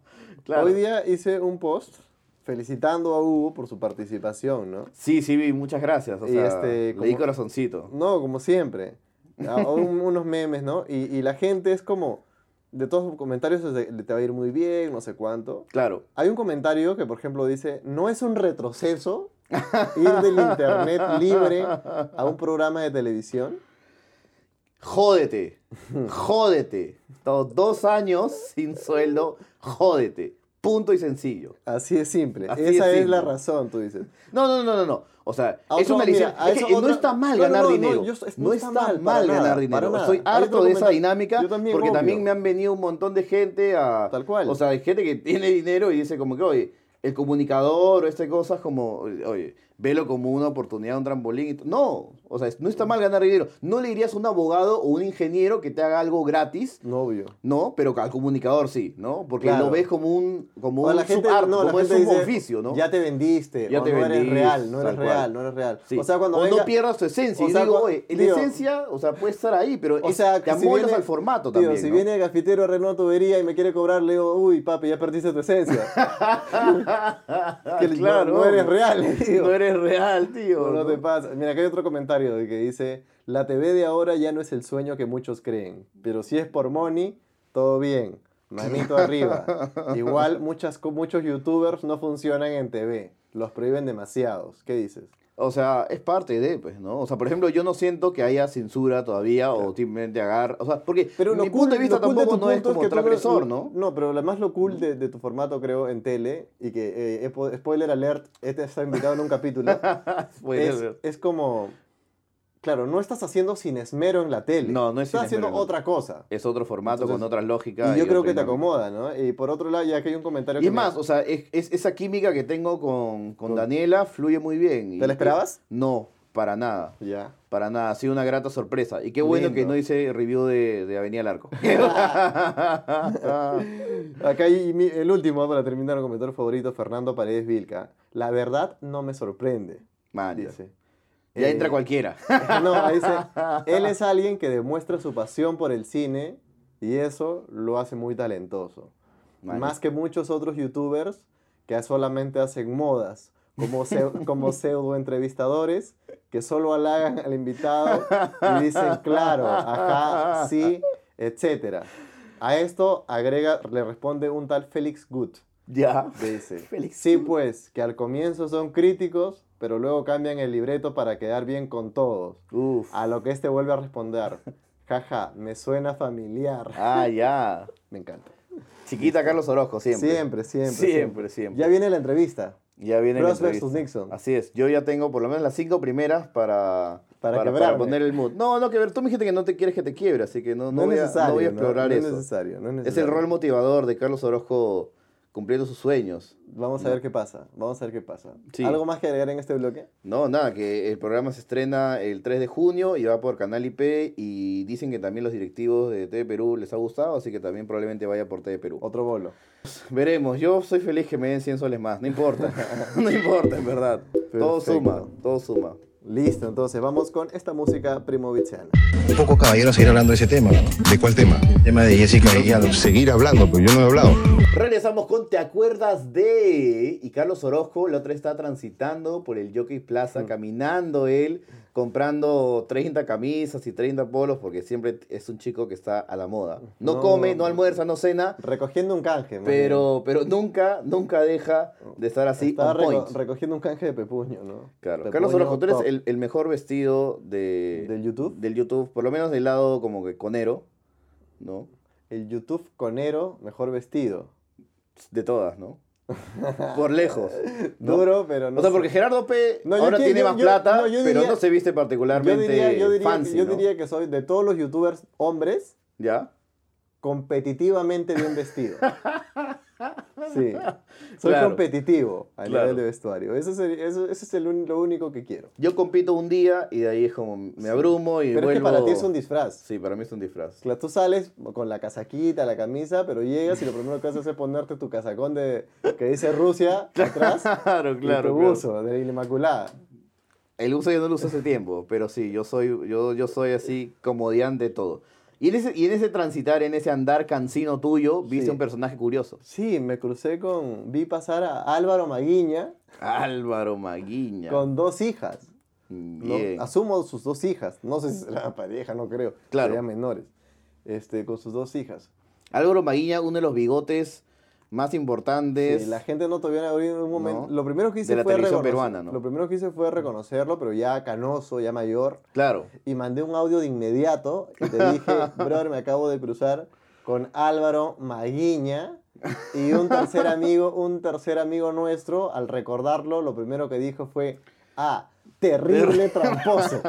Claro.
Hoy día hice un post felicitando a Hugo por su participación, ¿no?
Sí, sí, vi, muchas gracias. O
Y
sea, le di
este, como-
corazoncito.
No, como siempre. A- a un- unos memes, ¿no? Y, y la gente es como, de todos los comentarios, es de, te va a ir muy bien, no sé cuánto.
Claro.
Hay un comentario que, por ejemplo, dice, no es un retroceso ir del internet libre a un programa de televisión.
Jódete, jódete. Todos dos años sin sueldo, jódete. Punto y sencillo.
Así es simple.
Así
Esa
es
es la
simple.
razón, tú dices.
No, no, no, no, no. O sea,
A
es
otro-
una
mira,
licencia.
a
es que
esa otra-
no está mal
No, no,
ganar
no, no,
dinero. No,
yo estoy-
está mal, ganar
para
dinero.
nada.
Estoy
Hay
harto
otro
de esa
comentario.
dinámica
Yo también,
porque
obvio.
también me han venido un montón de gente a.
Tal cual.
O sea, hay gente que tiene dinero y dice, como que, oye, el comunicador o estas cosas, como, oye, velo como una oportunidad, un trampolín. y t- No, o sea, es- no está
Mm.
mal ganar dinero. No le dirías a un abogado o un ingeniero que te haga algo gratis.
No, obvio.
No, pero al comunicador sí, ¿no? Porque
Claro.
lo ves como un, como
O
un
la gente,
subarte,
no, la
como es
gente
un
dice,
oficio, ¿no?
Ya te vendiste,
Ya
o
te
no
vendí,
eres real, no
tal
eres
cual.
real, no eres real.
Sí.
O sea, cuando
O
venga-
no pierdas tu esencia.
o
Y
sea,
digo,
cua-
oye, la
digo,
esencia, o sea, puede estar ahí, pero
O
es-
sea,
te
que si
amoldas
viene-
al formato
tío,
también.
si
¿no?
viene el gafitero a renovar tubería y me quiere cobrar, le digo, uy, papi, ya perdiste tu esencia. que no- no eres real, tío.
No eres real, tío.
no, no
¿no?
te pasa. Mira, aquí hay otro comentario de que dice, la TV de ahora ya no es el sueño que muchos creen, pero si es por money, todo bien. Manito arriba. Igual muchas, co- muchos youtubers no funcionan en TV. Los prohíben demasiados. ¿Qué dices?
O sea, es parte de, pues, ¿no? O sea, por ejemplo, yo no siento que haya censura todavía o simplemente agarrar. O sea, porque mi punto de vista tampoco no es como transgresor, ¿no?
No, pero lo más lo cool de, de tu formato, creo, en tele, y que, eh, spo- spoiler alert, este está invitado en un capítulo,
Puede
es,
ser.
es como... Claro, no estás haciendo sin esmero en la tele.
No, no es
Estás
sin esmero,
haciendo
no.
otra cosa.
Es otro formato
Entonces,
con otras lógicas.
Y yo creo
otra
que te
dinámica.
acomoda, ¿no? Y por otro lado, ya que hay un comentario
Y
que
es
me-
más, o sea, es, es- esa química que tengo con, con Daniela fluye muy bien. y-
¿Te la esperabas?
No, para nada.
Ya.
Para nada, ha sido una grata sorpresa. Y qué bueno que
Lindo.
no hice review de, de Avenida al Arco.
Acá hay mi- el último, para terminar, un comentario favorito, Fernando Paredes Vilca. La verdad no me sorprende,
Man, ya.
dice.
ya
Eh,
entra cualquiera.
No, ahí dice, él es alguien que demuestra su pasión por el cine y eso lo hace muy talentoso.
Man,
Más que muchos otros youtubers que solamente hacen modas, como, pseu- como pseudo entrevistadores que solo halagan al invitado y dicen claro, ajá, sí, etc. A esto agrega, le responde un tal Félix Gut.
Ya.
Le dice,
Félix.
sí pues, que al comienzo son críticos, pero luego cambian el libreto para quedar bien con todos.
Uf.
A lo que este vuelve a responder, jaja, me suena familiar.
Ah, ya.
Me encanta.
Chiquita Carlos Orozco, siempre.
Siempre, siempre.
Siempre, siempre.
Ya viene la entrevista.
Ya viene la
Cross versus
entrevista.
Nixon.
Así es. Yo ya tengo por lo menos las cinco primeras para,
Para
para,
quebrarme.
poner el mood. No, no, que ver. Tú me dijiste que no te quieres que te quiebre, así que no, no, voy, a, no voy a explorar
no
eso.
Es necesario, no es
es
necesario.
el rol motivador de Carlos Orozco cumpliendo sus sueños.
Vamos a ver qué pasa. Vamos a ver qué pasa.
Sí.
¿Algo más que agregar en este bloque?
No, nada, que el programa se estrena el 3 de junio y va por Canal IP y dicen que también los directivos de TV Perú les ha gustado, así que también probablemente vaya por TV Perú.
Otro bolo.
Veremos, yo soy feliz que me den 100 soles más, no importa, no importa, en verdad. Todo
Perfecto.
suma, todo suma.
Listo, entonces vamos con esta música primovichiana.
Pocos caballeros seguir hablando de ese tema, ¿no? ¿De cuál tema? El tema de Jessica y al seguir hablando, pues yo no he hablado.
Regresamos con ¿Te acuerdas de? Y Carlos Orozco, la otra está transitando por el Jockey Plaza,
Mm.
caminando él, comprando 30 camisas y 30 polos, porque siempre es un chico que está a la moda. No,
No.
come, no almuerza, no cena,
Recogiendo un canje, más
pero, pero nunca, nunca deja de estar
bien.
así
Estaba
on
reco-
point.
recogiendo un canje de pepuño, ¿no?
Claro.
Pepuño
Carlos Orozco, tú eres
top.
el, el mejor vestido de,
¿Del YouTube?
del YouTube, por lo menos del lado como que conero, ¿no?
El YouTube conero mejor vestido.
De todas, ¿no? Por lejos. ¿no?
Duro, pero no
o sea,
sé.
porque Gerardo P.
No, yo
ahora
que-
tiene
yo-
más
yo-
plata,
no, yo
pero
diría-
no se viste
yo
particularmente
diría, yo diría,
fancy,
yo
¿no?
diría que soy de todos los youtubers hombres
¿Ya?
competitivamente bien vestido. Sí, soy
Claro.
competitivo a
Claro.
nivel de vestuario. Eso es, el- eso, eso es el un- lo único que quiero.
Yo compito un día y de ahí es como me abrumo y
Pero es que
vuelvo-
para ti es un disfraz.
Sí, para mí es un disfraz.
Claro, tú sales con la casaquita, la camisa, pero llegas y lo primero que haces es ponerte tu casacón de, que dice Rusia atrás.
Claro,
y
claro,
tu
claro.
buzo de la Inmaculada.
El uso yo no lo uso hace tiempo, pero sí, yo soy, yo, yo soy así comodián de todo. Y en, ese, y en ese transitar, en ese andar cansino tuyo, viste
Sí.
un personaje curioso.
Sí, me crucé con, vi pasar a Álvaro Maguiña
Álvaro Maguiña.
con dos hijas. ¿no?
Bien.
Asumo sus dos hijas. No sé si será pareja, no creo.
Claro.
Serían menores. Este, con sus dos hijas.
Álvaro Maguiña, uno de los bigotes más importantes.
Sí, Eh, la gente no todavía abrió en un momento.
¿no?
Lo primero que hice
De la
fue
televisión
reconocer-
peruana, ¿no?
Lo primero que hice fue reconocerlo, pero ya canoso, ya mayor.
Claro.
Y mandé un audio de inmediato y te dije, brother, me acabo de cruzar con Álvaro Maguiña y un tercer amigo, un tercer amigo nuestro, al recordarlo, lo primero que dijo fue, ah, terrible tramposo.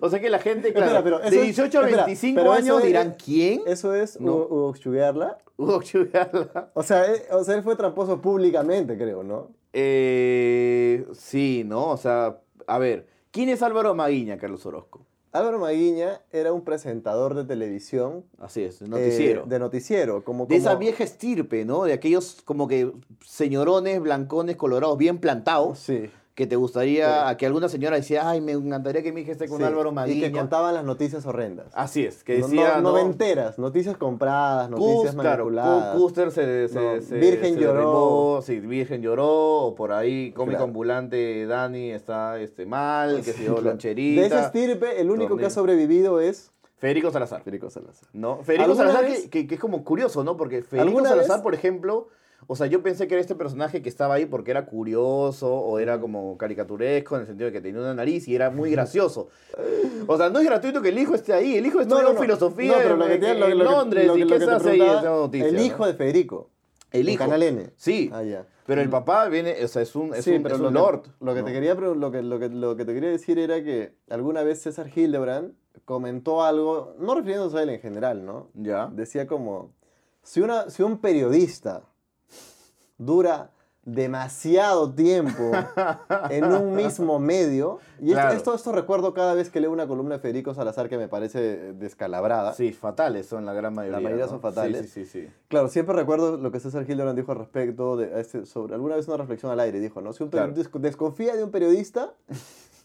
o sea que la gente, claro,
Espera, pero eso
de
es-
18 a
espera,
25
pero eso
años
es-
dirán, ¿quién?
Eso es
No.
Hugo Hugo Chugarla.
Hugo Chubiala.
O sea, eh, o sea, él fue tramposo públicamente, creo, ¿no?
Eh, sí, ¿no? O sea, a ver, ¿quién es Álvaro Maguiña, Carlos Orozco?
Álvaro Maguiña era un presentador de televisión.
Así es,
eh,
noticiero.
de noticiero. Como,
De esa
como-
vieja estirpe, ¿no? De aquellos como que señorones blancones colorados bien plantados
Sí.
que te gustaría,
Sí.
a que alguna señora decía, ay, me encantaría que mi hija esté con
sí,
Álvaro
Y que
Maguiña.
contaban las noticias horrendas.
Así es, que
No-
decía,
no,
¿no?
noventeras, noticias compradas, noticias
Cus- claro,
manipuladas.
Cu- Custer se, se-
No,
se-
Virgen
se
lloró.
derrumbó, sí, Virgen lloró, o por ahí cómico
Claro.
ambulante Dani está este, mal, que se dio
Claro.
loncherita.
De ese estirpe, el único que
Tornillo.
ha sobrevivido es
Federico Salazar.
Federico Salazar.
¿No? Federico
¿Alguna
Salazar,
vez-
que, que- que es como curioso, ¿no? Porque Federico
¿Alguna
Salazar,
vez?
por ejemplo, o sea, yo pensé que era este personaje que estaba ahí porque era curioso o era como caricaturesco en el sentido de que tenía una nariz y era muy gracioso. O sea, no es gratuito que el hijo esté ahí. El hijo estudió filosofía
No, pero lo que
en,
tiene- lo-
en
lo que-
Londres.
lo que-
¿Y
lo
qué
que
se
te
hace ahí en
preguntaba,
esa noticia?
El
no?
hijo de Federico.
El
en
hijo.
Canal N.
Sí.
Ah, ya.
Pero el papá viene, o sea, es un, es
Sí,
un,
pero
es
lo
un
que-
lord.
lo que
¿no?
te quería pregun- lo que, lo que- lo que te quería decir era que alguna vez César Hildebrand comentó algo, no refiriéndose a él en general, ¿no?
Ya.
Decía como, si, una, si un periodista dura demasiado tiempo en un mismo medio, y esto-
Claro.
esto, esto recuerdo cada vez que leo una columna de Federico Salazar que me parece eh, descalabrada,
Sí, fatales son la gran mayoría.
mayoría
¿no?
son fatales.
Sí, sí, sí. sí.
Claro, siempre recuerdo lo que César Hildebrand dijo al respecto, de, a este- sobre alguna vez una reflexión al aire, dijo, ¿no? Si un
Claro.
peri- des- desconfía de un periodista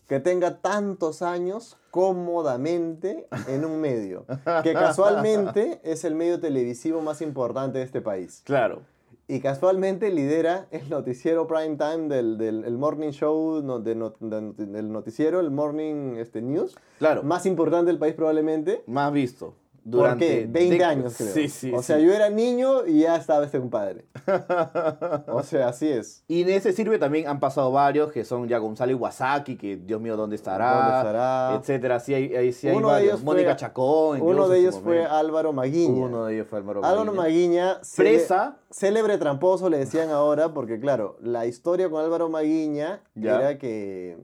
que tenga tantos años cómodamente en un medio, que casualmente es el medio televisivo más importante de este país,
Claro.
y casualmente lidera el noticiero prime time del, del el morning show, no- de not- de not- del noticiero, el morning este, news,
Claro. Más,
más importante del país probablemente.
visto.
¿Por
Durante
qué? 20
dec-
años, creo.
Sí, sí.
O
sí.
sea, yo era niño y ya estaba este compadre. O sea, así es.
Y en ese sirve también han pasado varios que son ya Gonzalo Iwasaki, que Dios mío, ¿dónde estará?
¿Dónde estará?
Etcétera. Sí, hay, hay- sí hay
Uno de
varios.
ellos fue-
Mónica Chacón.
Uno
incluso
de
en su
ellos fue
momento.
Álvaro Maguiña.
Uno de ellos fue Álvaro
Álvaro
Maguiña.
Maguiña, cele-
Presa.
célebre tramposo le decían ahora, porque claro, la historia con Álvaro Maguiña
Ya.
era que...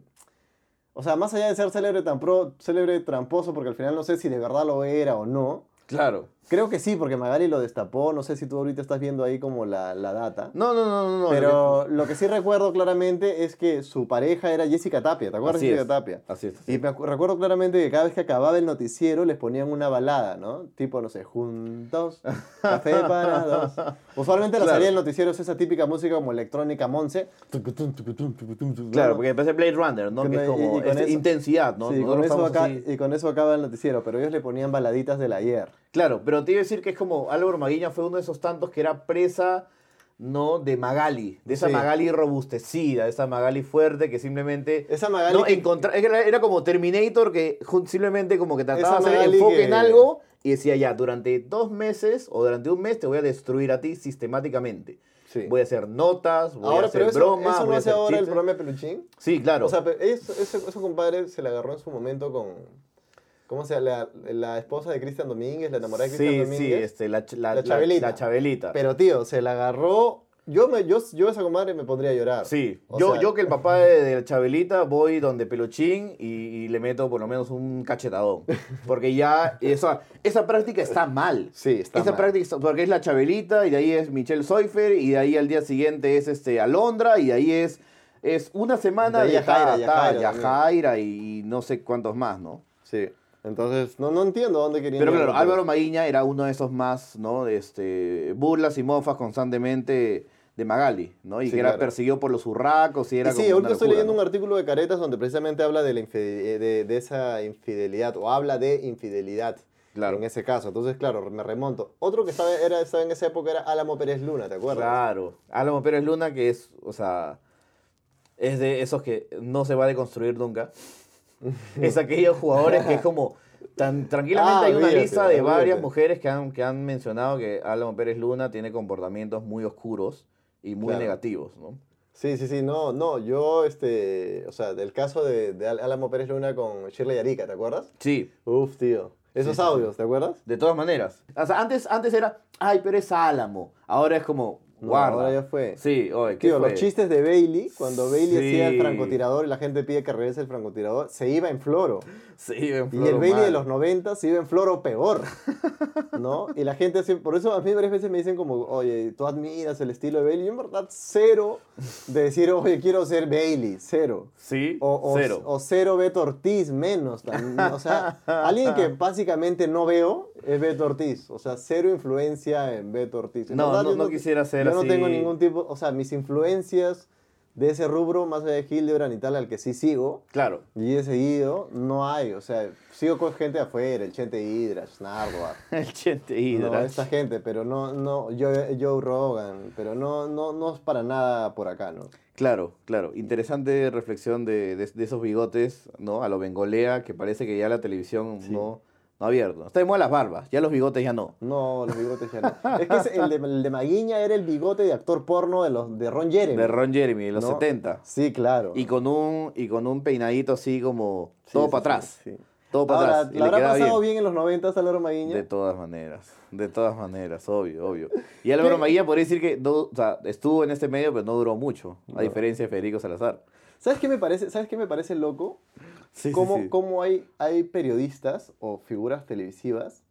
O sea, más allá de ser célebre, tan pro- célebre tramposo, porque al final no sé si de verdad lo era o no.
Claro.
Creo que sí, porque Magali lo destapó. No sé si tú ahorita estás viendo ahí como la, la data.
No, no, no, no. no,
Pero lo que sí recuerdo claramente es que su pareja era Jessica Tapia, ¿te acuerdas de
Así
Jessica
es.
Tapia?
Así es. así
Y me acu- recuerdo claramente que cada vez que acababa el noticiero les ponían una balada, ¿no? Tipo, no sé, juntos, café para dos. Usualmente la
Claro.
salida del noticiero es esa típica música como electrónica Monse.
Claro, porque parece Blade Runner, ¿no?
Con-
Que es
y-
como
y
es
con eso-
intensidad, ¿no?
Sí, con
Nosotros
eso
estamos
acá-
así.
y con eso acaba el noticiero, pero ellos le ponían baladitas del ayer.
Claro, pero te iba a decir que es como Álvaro Maguiña fue uno de esos tantos que era presa, ¿no? De Magali, de esa
Sí.
Magali robustecida, de esa Magali fuerte que simplemente...
Esa Magali
No, eh,
que-
encontra- era, era como Terminator que jun- simplemente como que trataba de
Esa
hacer
Magali
enfoque
que-
en algo y decía ya, durante dos meses o durante un mes te voy a destruir a ti sistemáticamente.
Sí.
Voy a hacer notas, voy a
ahora,
hacer
pero eso,
bromas,
eso
voy
no
a
hace
hacer
ahora el
chistes.
programa de Peluchín.
Sí, claro.
O sea, pero eso- ese, ese compadre se le agarró en su momento con. ¿Cómo se llama? La, la esposa de Cristian Domínguez, la enamorada de Cristian
sí,
Domínguez.
sí, este, la, ch- la-
La
la-
Chabelita.
la Chabelita.
Pero tío, se la agarró. Yo, me, yo, yo a esa compadre me pondría a llorar.
Sí,
O
yo,
sea,
yo que el papá de, de la Chabelita voy donde Peluchín y, y le meto por lo menos un cachetadón. Porque ya esa, esa práctica está mal.
Sí, está
Esa
mal.
práctica está- porque es la Chabelita y de ahí es Michelle Seufer y de ahí al día siguiente es este Alondra y de ahí es, es una semana
De
de,
ahí Yajaira,
ta, ta,
Yajaira también.
Yajaira y, y no sé cuántos más, ¿no?
Sí. Entonces, no, no entiendo a dónde querían
Pero
llegar
claro,
con todo
Álvaro Maguiña era uno de esos más, ¿no? De este, burlas y mofas constantemente de Magali, ¿no? Y
Sí,
que era
claro.
perseguido por los urracos y era
Y sí,
como
ahorita
una
estoy
locura,
leyendo
¿no?
un artículo de Caretas donde precisamente habla de, la infide- eh, de, de esa infidelidad o habla de infidelidad.
Claro.
En ese caso, entonces, claro, me remonto. Otro que estaba, era, estaba en esa época era Álamo Pérez Luna, ¿te acuerdas?
Claro. Álamo Pérez Luna, que es, o sea, es de esos que no se va a deconstruir nunca. es aquellos jugadores que es como, tan tranquilamente
Ah,
hay una
olvídate,
lista de varias
olvídate.
mujeres que han, que han mencionado que Álamo Pérez Luna tiene comportamientos muy oscuros y muy
Claro.
negativos, ¿no?
Sí, sí, sí, no, no, yo, este, o sea, del caso de, de Al- Álamo Pérez Luna con Shirley Arica, ¿te acuerdas?
Sí.
Uf, tío. Esos audios, ¿te acuerdas?
De todas maneras. O sea, antes, antes era, ay, pero es Álamo. Ahora es como,
No,
guarda.
ahora ya fue.
Sí, oye, ¿qué
Tío,
fue?
los chistes de Bailey, cuando Bailey hacía el
Sí.
francotirador y la gente pide que regrese el francotirador, se iba en floro.
Sí, ven,
Y el
Floro,
Bailey de
mal.
los 90 se iba en floro peor, ¿no? Y la gente, siempre, por eso a mí varias veces me dicen como, oye, tú admiras el estilo de Bailey. Yo en verdad cero de decir, oye, quiero ser Bailey, cero.
Sí,
O, o-
cero.
o cero Beto Ortiz, menos. también. O sea, alguien que básicamente no veo es Beto Ortiz. O sea, cero influencia en Beto Ortiz. En
No,
verdad,
no-
yo
no quisiera ser
Yo
así.
no tengo ningún tipo, o sea, mis influencias de ese rubro, más allá de Hildebrand y tal, al que sí sigo,
Claro.
y he seguido, no hay. O sea, sigo con gente de afuera, el Chente Hidras, Narva,
El Chente
no,
Hydra.
esta gente, pero no, no, Joe, Joe Rogan, pero no, no, no es para nada por acá, ¿no?
Claro, claro. Interesante reflexión de, de- de esos bigotes, ¿no? A lo bengolea, que parece que ya la televisión no, no ha abierto. Está de moda las barbas, ya los bigotes ya no.
No, los bigotes ya no. Es que ese- el de, el de Maguiña era el bigote de actor porno de, los, de Ron Jeremy.
De Ron Jeremy, de los
¿no?
70.
Sí, claro.
Y con un, y con un peinadito así como
Sí,
todo
sí,
para
sí,
atrás.
sí.
Todo para
Ahora,
atrás. y
¿la
le
habrá
queda
pasado
bien.
bien en los 90 a Álvaro Maguiña?
De todas maneras, de todas maneras, obvio, obvio. Y Álvaro
eh,
Maguía podría decir que no, o sea, estuvo en este medio, pero no duró mucho, a diferencia de Federico Salazar.
¿Sabes qué me parece, ¿sabes qué me parece loco?
Sí,
cómo, cómo hay, hay periodistas o figuras televisivas.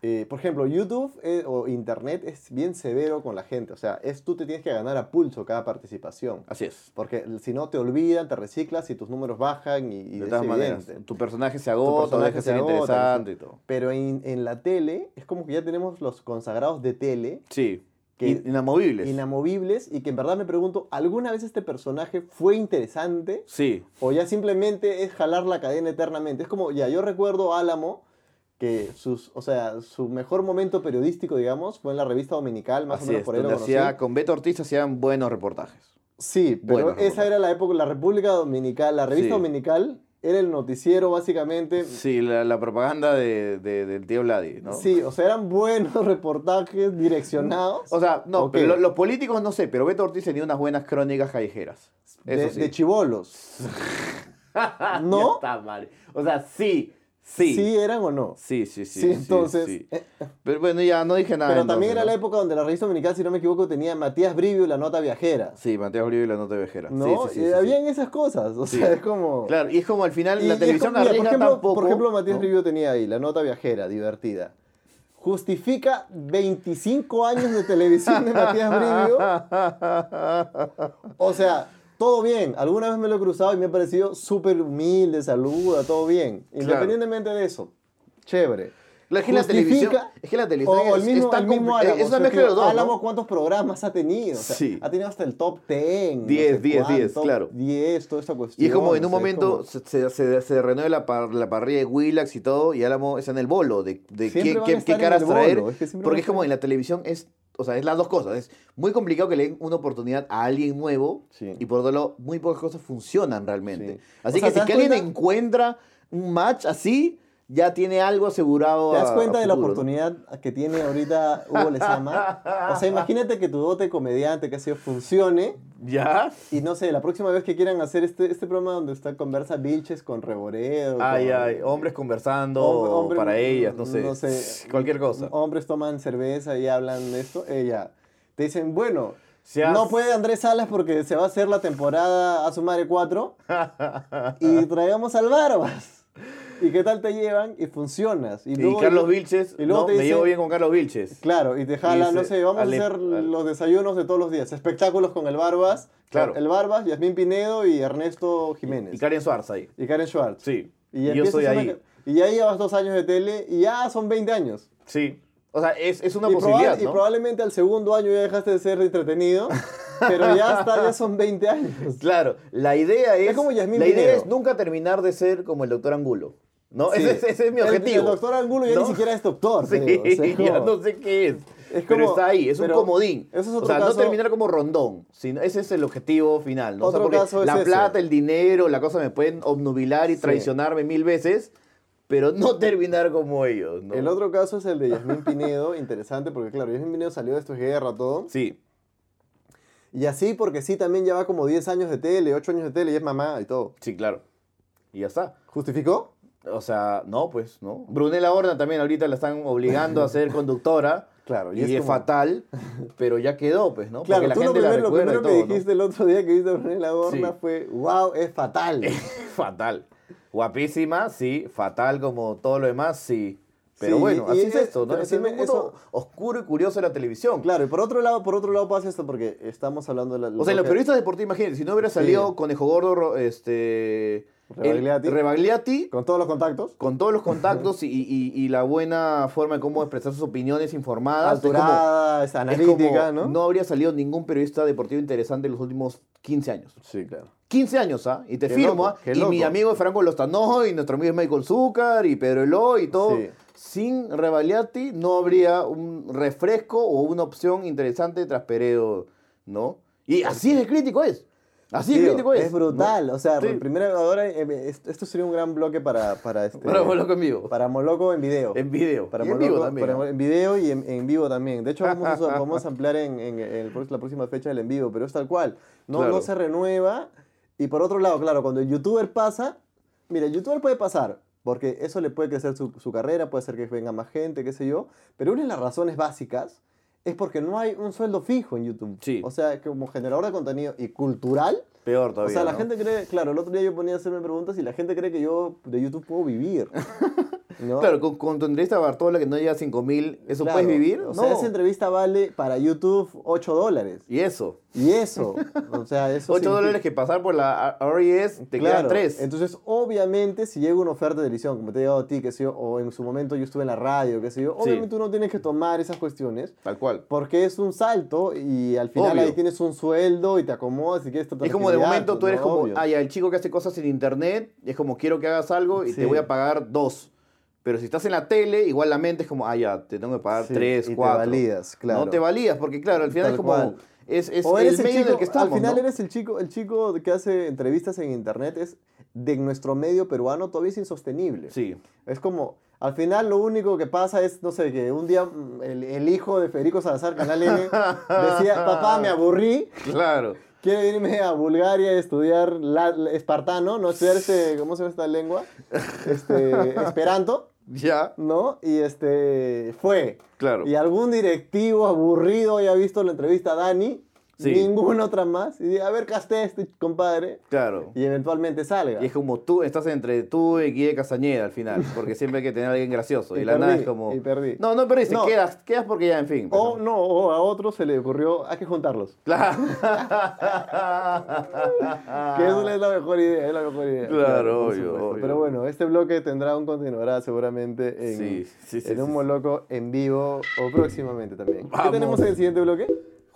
eh, por ejemplo, YouTube eh, o Internet es bien severo con la gente. O sea, es, tú te tienes que ganar a pulso cada participación.
Así es.
Porque si no, te olvidan, te reciclas y tus números bajan y, y
de
es
todas maneras,
evidente.
tu personaje se agota,
personaje
deja de
se
ser
agota,
interesante y todo.
Pero en, en la tele es como que ya tenemos los consagrados de tele
Sí.
Que-
In- inamovibles.
inamovibles y que en verdad me pregunto, ¿alguna vez este personaje fue interesante?
sí.
O ya simplemente es jalar la cadena eternamente. Es como, ya, yo recuerdo a Álamo, que sus, o sea, su mejor momento periodístico, digamos, fue en la revista dominical, más o
Así
menos
es,
por ahí lo
donde
conocí.
hacía, con Beto Ortiz hacían buenos reportajes.
Sí, pero
Bueno, bueno.
esa era la época, la República Dominical, la revista
Sí.
dominical era el noticiero básicamente.
Sí, la, la propaganda de, de- del tío Vladi, ¿no?
Sí, o sea, eran buenos reportajes direccionados.
O sea, no,
Ok.
pero lo- los políticos no sé, pero Beto Ortiz tenía unas buenas crónicas callejeras. Eso
de,
sí.
de chibolos.
Ya
¿No?
está mal. O sea, sí, sí.
¿Sí eran o no?
Sí, sí, sí.
Sí,
sí,
entonces.
sí.
eh,
Pero bueno, ya no dije nada.
pero
entonces,
también era la
¿no?
época donde la revista dominical, si no me equivoco, tenía Matías Brivio y la nota viajera.
Sí, Mateo Olivo y la nota vejera.
¿No?
Sí, sí, sí,
Eh,
sí, sí.
habían esas cosas. O sea, es como.
Claro, y es como al final
Y- y
la
es
televisión
como- mira,
arriesga
por ejemplo,
tampoco.
Por ejemplo, Matías
¿no?
Brivio tenía ahí la nota viajera, divertida. Justifica 25 años de televisión de Matías Brivio. O sea, todo bien. Alguna vez me lo he cruzado y me ha parecido súper humilde, saluda, todo bien. Independientemente de eso, chévere.
Claro, es que la televisión.
justifica-
Es que la
O,
televisión
o el
es-
mismo,
es tan
el mismo
compli-
Álamo.
es una
o sea,
mezcla de los dos. ¿no?
Álamo, ¿cuántos programas ha tenido? O sea,
Sí.
Ha tenido hasta el top 10.
Diez,
no sé
diez, diez,
cuánto,
claro.
10, toda esta cuestión.
Y es como en
o
un
sea, es
momento
como-
se, se, se- se renueve la, par- la parrilla de Willax y todo, y Álamo está en el bolo de, de
Siempre
qué,
van a
qué- qué
estar en
caras
el bolo,
traer.
es que siempre van
porque
a
es como
estar-
en la televisión, es, o sea, es las dos cosas. Es muy complicado que le den una oportunidad a alguien nuevo,
Sí.
y por otro lado, muy pocas cosas funcionan realmente.
Sí.
Así que
O sea, ¿te
si
das
que alguien
cuenta?
encuentra un match así, ya tiene algo asegurado.
¿Te das
a-
cuenta
a
de la
futuro, ¿no?
oportunidad que tiene ahorita Hugo Lezama? O sea, imagínate que tu dote de comediante que ha sido funcione
¿Ya?
y no sé, la próxima vez que quieran hacer este, este programa donde está conversa Vilches con Reboredo.
Ay,
con-
ay, hombres conversando
Hombre- hombre-
para ellas, no sé,
no sé.
cualquier cosa.
Hombres toman cerveza y hablan de esto. Ella. Te dicen, bueno,
Se hace-
no puede Andrés Salas porque se va a hacer la temporada a su madre 4 y traigamos al Barbas. ¿Y qué tal te llevan? Y funcionas. Y,
Y
luego-
Carlos Vilches,
y luego
no,
te
me
dice-
llevo bien con Carlos Vilches.
Claro, y te jala,
dice,
no sé, vamos
"Ale-
a hacer
al-
los desayunos de todos los días. Espectáculos con el Barbas.
Claro.
El Barbas, Yasmín Pinedo y Ernesto Jiménez.
Y Karen Suárez ahí.
Y Karen Schwartz.
Sí.
Y,
Y yo
empiezas
estoy
una
ahí.
ca- Y ya llevas dos años de tele y ya son 20 años.
Sí. O sea, es, es una
y, proba-
posibilidad,
y
¿no?
probablemente al segundo año ya dejaste de ser entretenido, pero ya está, ya son 20 años.
Claro, la idea es,
como Yasmín
la idea
Pinedo.
es nunca terminar de ser como el doctor Angulo, ¿no?
Sí.
Ese, es- ese es mi
El-
objetivo.
El, doctor Angulo ya
¿No?
ni siquiera es doctor.
Sí,
creo. O sea, es
ya
como-
no sé qué es.
Es
pero
como-
está ahí, es
pero
un comodín.
eso es
o
otro
sea, no
caso-
terminar como rondón. Sino, ese es el objetivo final. ¿no? O sea,
Otro
porque
caso es
la
ese.
plata, el dinero, la cosa me pueden obnubilar y
Sí.
traicionarme mil veces, pero no terminar como ellos. ¿no?
El otro caso es el de Yasmín Pinedo, interesante porque claro, Yasmín Pinedo salió de esto es guerra, todo.
Sí,
Y así porque sí, también ya va como 10 años de tele, 8 años de tele y es mamá y todo.
sí, claro. Y ya está.
¿Justificó?
O sea, no, pues, ¿no? Brunella Horna también ahorita la están obligando a ser conductora.
Claro,
y,
y
es,
es como-
fatal, pero ya quedó, pues, ¿no?
Claro,
Porque la
tú lo
gente la
primero, lo
recuerda
primero
y
que
todo, ¿no?
dijiste el otro día que viste a Brunella Borna
Sí.
fue, wow, es fatal.
fatal. Guapísima, sí. Fatal como todo lo demás, sí. Pero
Sí,
bueno,
y- y
así es
es-
esto, ¿no?
pero
Es
sí
el
me-
mundo
eso-
oscuro y curioso de la televisión.
Claro, y por otro lado, por otro lado pasa esto porque estamos hablando de la,
O sea, los
que-
periodistas deportivos, imagínense, si no hubiera salido Conejo Gordo, Ro- este...
Rebagliati.
el- Rebagliati,
con todos los contactos.
con todos los contactos y, y- y la buena forma de cómo expresar sus opiniones informadas. es Ah, como-
alturada, es
Es como,
analítica, ¿no?
No habría salido ningún periodista deportivo interesante en los últimos 15 años.
Sí, claro.
15 años, ¿ah? Y te
Qué
firmo,
loco,
¿ah?
qué
Y mi
loco.
amigo Franco Lostanojo y nuestro amigo Michael Zúcar y Pedro Eloy y todo.
Sí.
Sin Revaliati no habría un refresco o una opción interesante tras Pereo, ¿no? Y así es de crítico es. Así de
Tío,
crítico es.
es brutal.
¿no?
O sea,
Sí.
primero ahora eh, esto esto sería un gran bloque para para este
Para Moloco en vivo.
para Moloco en video.
En video.
Para
Y en
Moloco-
vivo también,
para
¿ah?
Mo- en video y en, en vivo también. De hecho, vamos a, vamos a ampliar en, en el pro- la próxima fecha del en vivo, pero es tal cual. No,
Claro.
no se renueva. Y por otro lado, claro, cuando el youtuber pasa, mira, el youtuber puede pasar, porque eso le puede crecer su, su carrera, puede ser que venga más gente, qué sé yo. Pero una de las razones básicas es porque no hay un sueldo fijo en YouTube.
Sí.
O sea, como generador de contenido y cultural.
Peor todavía.
o sea, la
¿no?
gente cree, claro, el otro día yo ponía a hacerme preguntas y la gente cree que yo de YouTube puedo vivir. ¿no?
Claro, con, con tu entrevista a Bartola que no llega a 5.000, ¿eso
Claro,
puedes vivir?
O
no.
sea, esa entrevista vale para YouTube 8 dólares.
Y eso.
Y eso, o sea, eso
8
significa-
dólares que pasar por la A- RES te
Claro,
quedan 3.
Entonces, obviamente, si llega una oferta de televisión, como te he llegado a ti, que sé yo, o en su momento yo estuve en la radio, que sé yo,
Sí.
obviamente tú no tienes que tomar esas cuestiones.
Tal cual.
Porque es un salto y al final
Obvio.
ahí tienes un sueldo y te acomodas y quieres tu
Es como de
tranquilidad,
momento tú
¿no?
eres como,
Obvio.
ah, ya, el chico que hace cosas en internet, y es como, quiero que hagas algo y te
Sí.
voy a pagar dos. Pero si estás en la tele, igual la mente es como, ah, ya, te tengo que pagar
Sí,
tres,
y te
cuatro.
validas, claro.
No te valías, porque claro, al final
Tal
es como,
cual.
es, es
O
el
eres
medio en el que estamos,
Al final
¿no?
eres el chico, el chico que hace entrevistas en internet, es de nuestro medio peruano todavía es insostenible.
Sí,
Es como, al final lo único que pasa es, no sé, que un día mm, el, el hijo de Federico Salazar, Canal N, decía, papá, me aburrí,
claro.
quiero irme a Bulgaria a estudiar la- la- espartano, no estudiar este, ¿cómo se llama esta lengua? Este, esperanto,
Ya,
¿no? Y este, fue.
claro.
Y algún directivo aburrido haya visto la entrevista a Dani
Sí.
ninguna otra más, y diga, a ver, casté este compadre,
Claro.
y eventualmente salga.
Y es como tú, estás entre tú y Guille Castañeda al final, porque siempre hay que tener a alguien gracioso. Y,
Y
la nada
perdí,
es como.
y perdí.
No, no perdiste,
No.
Quedas, quedas porque ya, en fin. pues,
O
¿no?
no, o a otro se le ocurrió, hay que juntarlos.
Claro.
Que eso es la mejor idea, es la mejor idea.
Claro,
por
obvio,
supuesto.
obvio.
Pero bueno, este bloque tendrá un continuará seguramente en,
Sí, sí, sí,
en
sí,
un
sí.
Moloco en vivo o próximamente también. ¿Qué
Vamos.
tenemos en el siguiente bloque?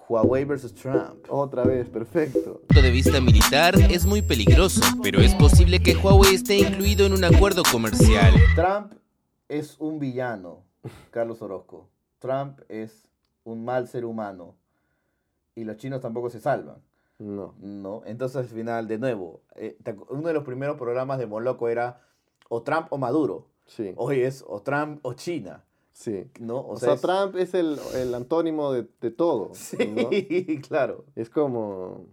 Huawei versus Trump.
Otra vez, perfecto.
punto de vista militar es muy peligroso, pero es posible que Huawei esté incluido en un acuerdo comercial.
Trump es un villano, Carlos Orozco. Trump es un mal ser humano. Y los chinos tampoco se salvan.
No.
No, entonces al final, de nuevo, eh, te acu- uno de los primeros programas de Moloco era o Trump o Maduro.
Sí.
Hoy es o Trump o China,
Oh, Sí.
¿no?
O sea,
es-
Trump es el, el antónimo de, de todo. ¿no?
Sí, claro.
Es como.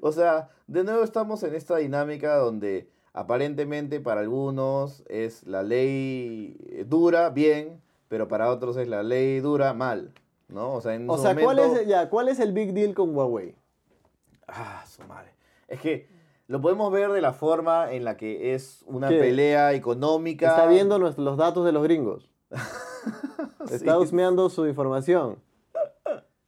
O sea, de nuevo estamos en esta dinámica donde aparentemente para algunos es la ley eh, dura, bien, pero para otros es la ley dura, mal, ¿no? O sea, en
O
su
sea, ¿cuál
momento-
es, ya, ¿cuál es el big deal con Huawei?
Ah, su madre. Es que lo podemos ver de la forma en la que es una
¿Qué?
pelea económica.
Está viendo nos- los datos de los gringos.
Sí.
Está husmeando su información.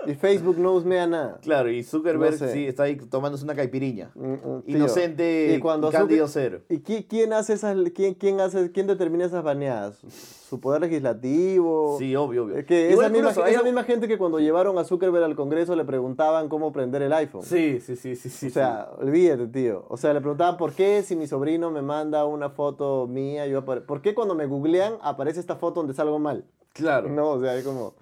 Y Facebook no husmea nada.
Claro, y Zuckerberg
No sé.
sí está ahí tomándose una caipiriña.
Mm, mm, tío.
Inocente, cándido
Zucker-
cero.
¿Y qui- quién hace esas quién, quién hace quién determina esas baneadas? ¿Su poder legislativo?
Sí, obvio, obvio.
Es que
Igual
esa, misma,
curioso,
gen-
hay
esa
algo-
misma gente que cuando llevaron a Zuckerberg al Congreso le preguntaban cómo prender el iPhone.
Sí, sí, sí, sí, sí.
O sea, olvídate, tío. O sea, le preguntaban por qué si mi sobrino me manda una foto mía, yo apare- ¿por qué cuando me googlean aparece esta foto donde salgo mal?
sí. claro.
No, o sea, es como,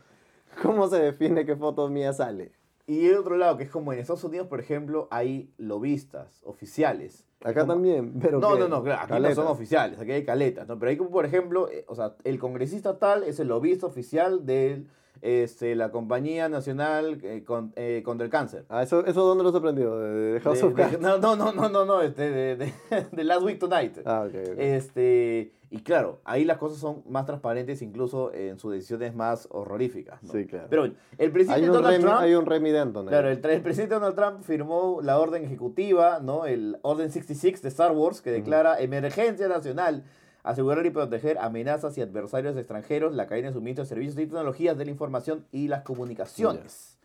¿cómo se define qué foto mía sale?
Y el otro lado, que es como en Estados Unidos, por ejemplo, hay lobistas oficiales.
Acá también, pero
No,
¿qué?
no, no, claro, aquí no
Caleta.
son oficiales, aquí hay caletas, ¿no? Pero hay como, por ejemplo, eh, o sea, el congresista tal es el lobista oficial de este, la Compañía Nacional eh, con- eh, contra el Cáncer.
Ah, ¿eso, ¿Eso dónde los aprendió? ¿De, de House
De-
of
de-
Cards?
no, no, no, no, no, no, este, de, de- de Last Week Tonight.
Ah, ok. ok.
Este, y claro, ahí las cosas son más transparentes, incluso en sus decisiones más horroríficas. ¿no?
Sí, claro.
Pero el
hay,
presidente
un
Donald
Remy,
Trump.
hay un Remy Denton. ahí.
Claro, el, tra- el presidente Donald Trump firmó la orden ejecutiva, ¿no? El Orden 66 de Star Wars, que declara emergencia nacional, asegurar y proteger amenazas y adversarios extranjeros, la cadena de suministro de servicios y tecnologías de la información y las comunicaciones.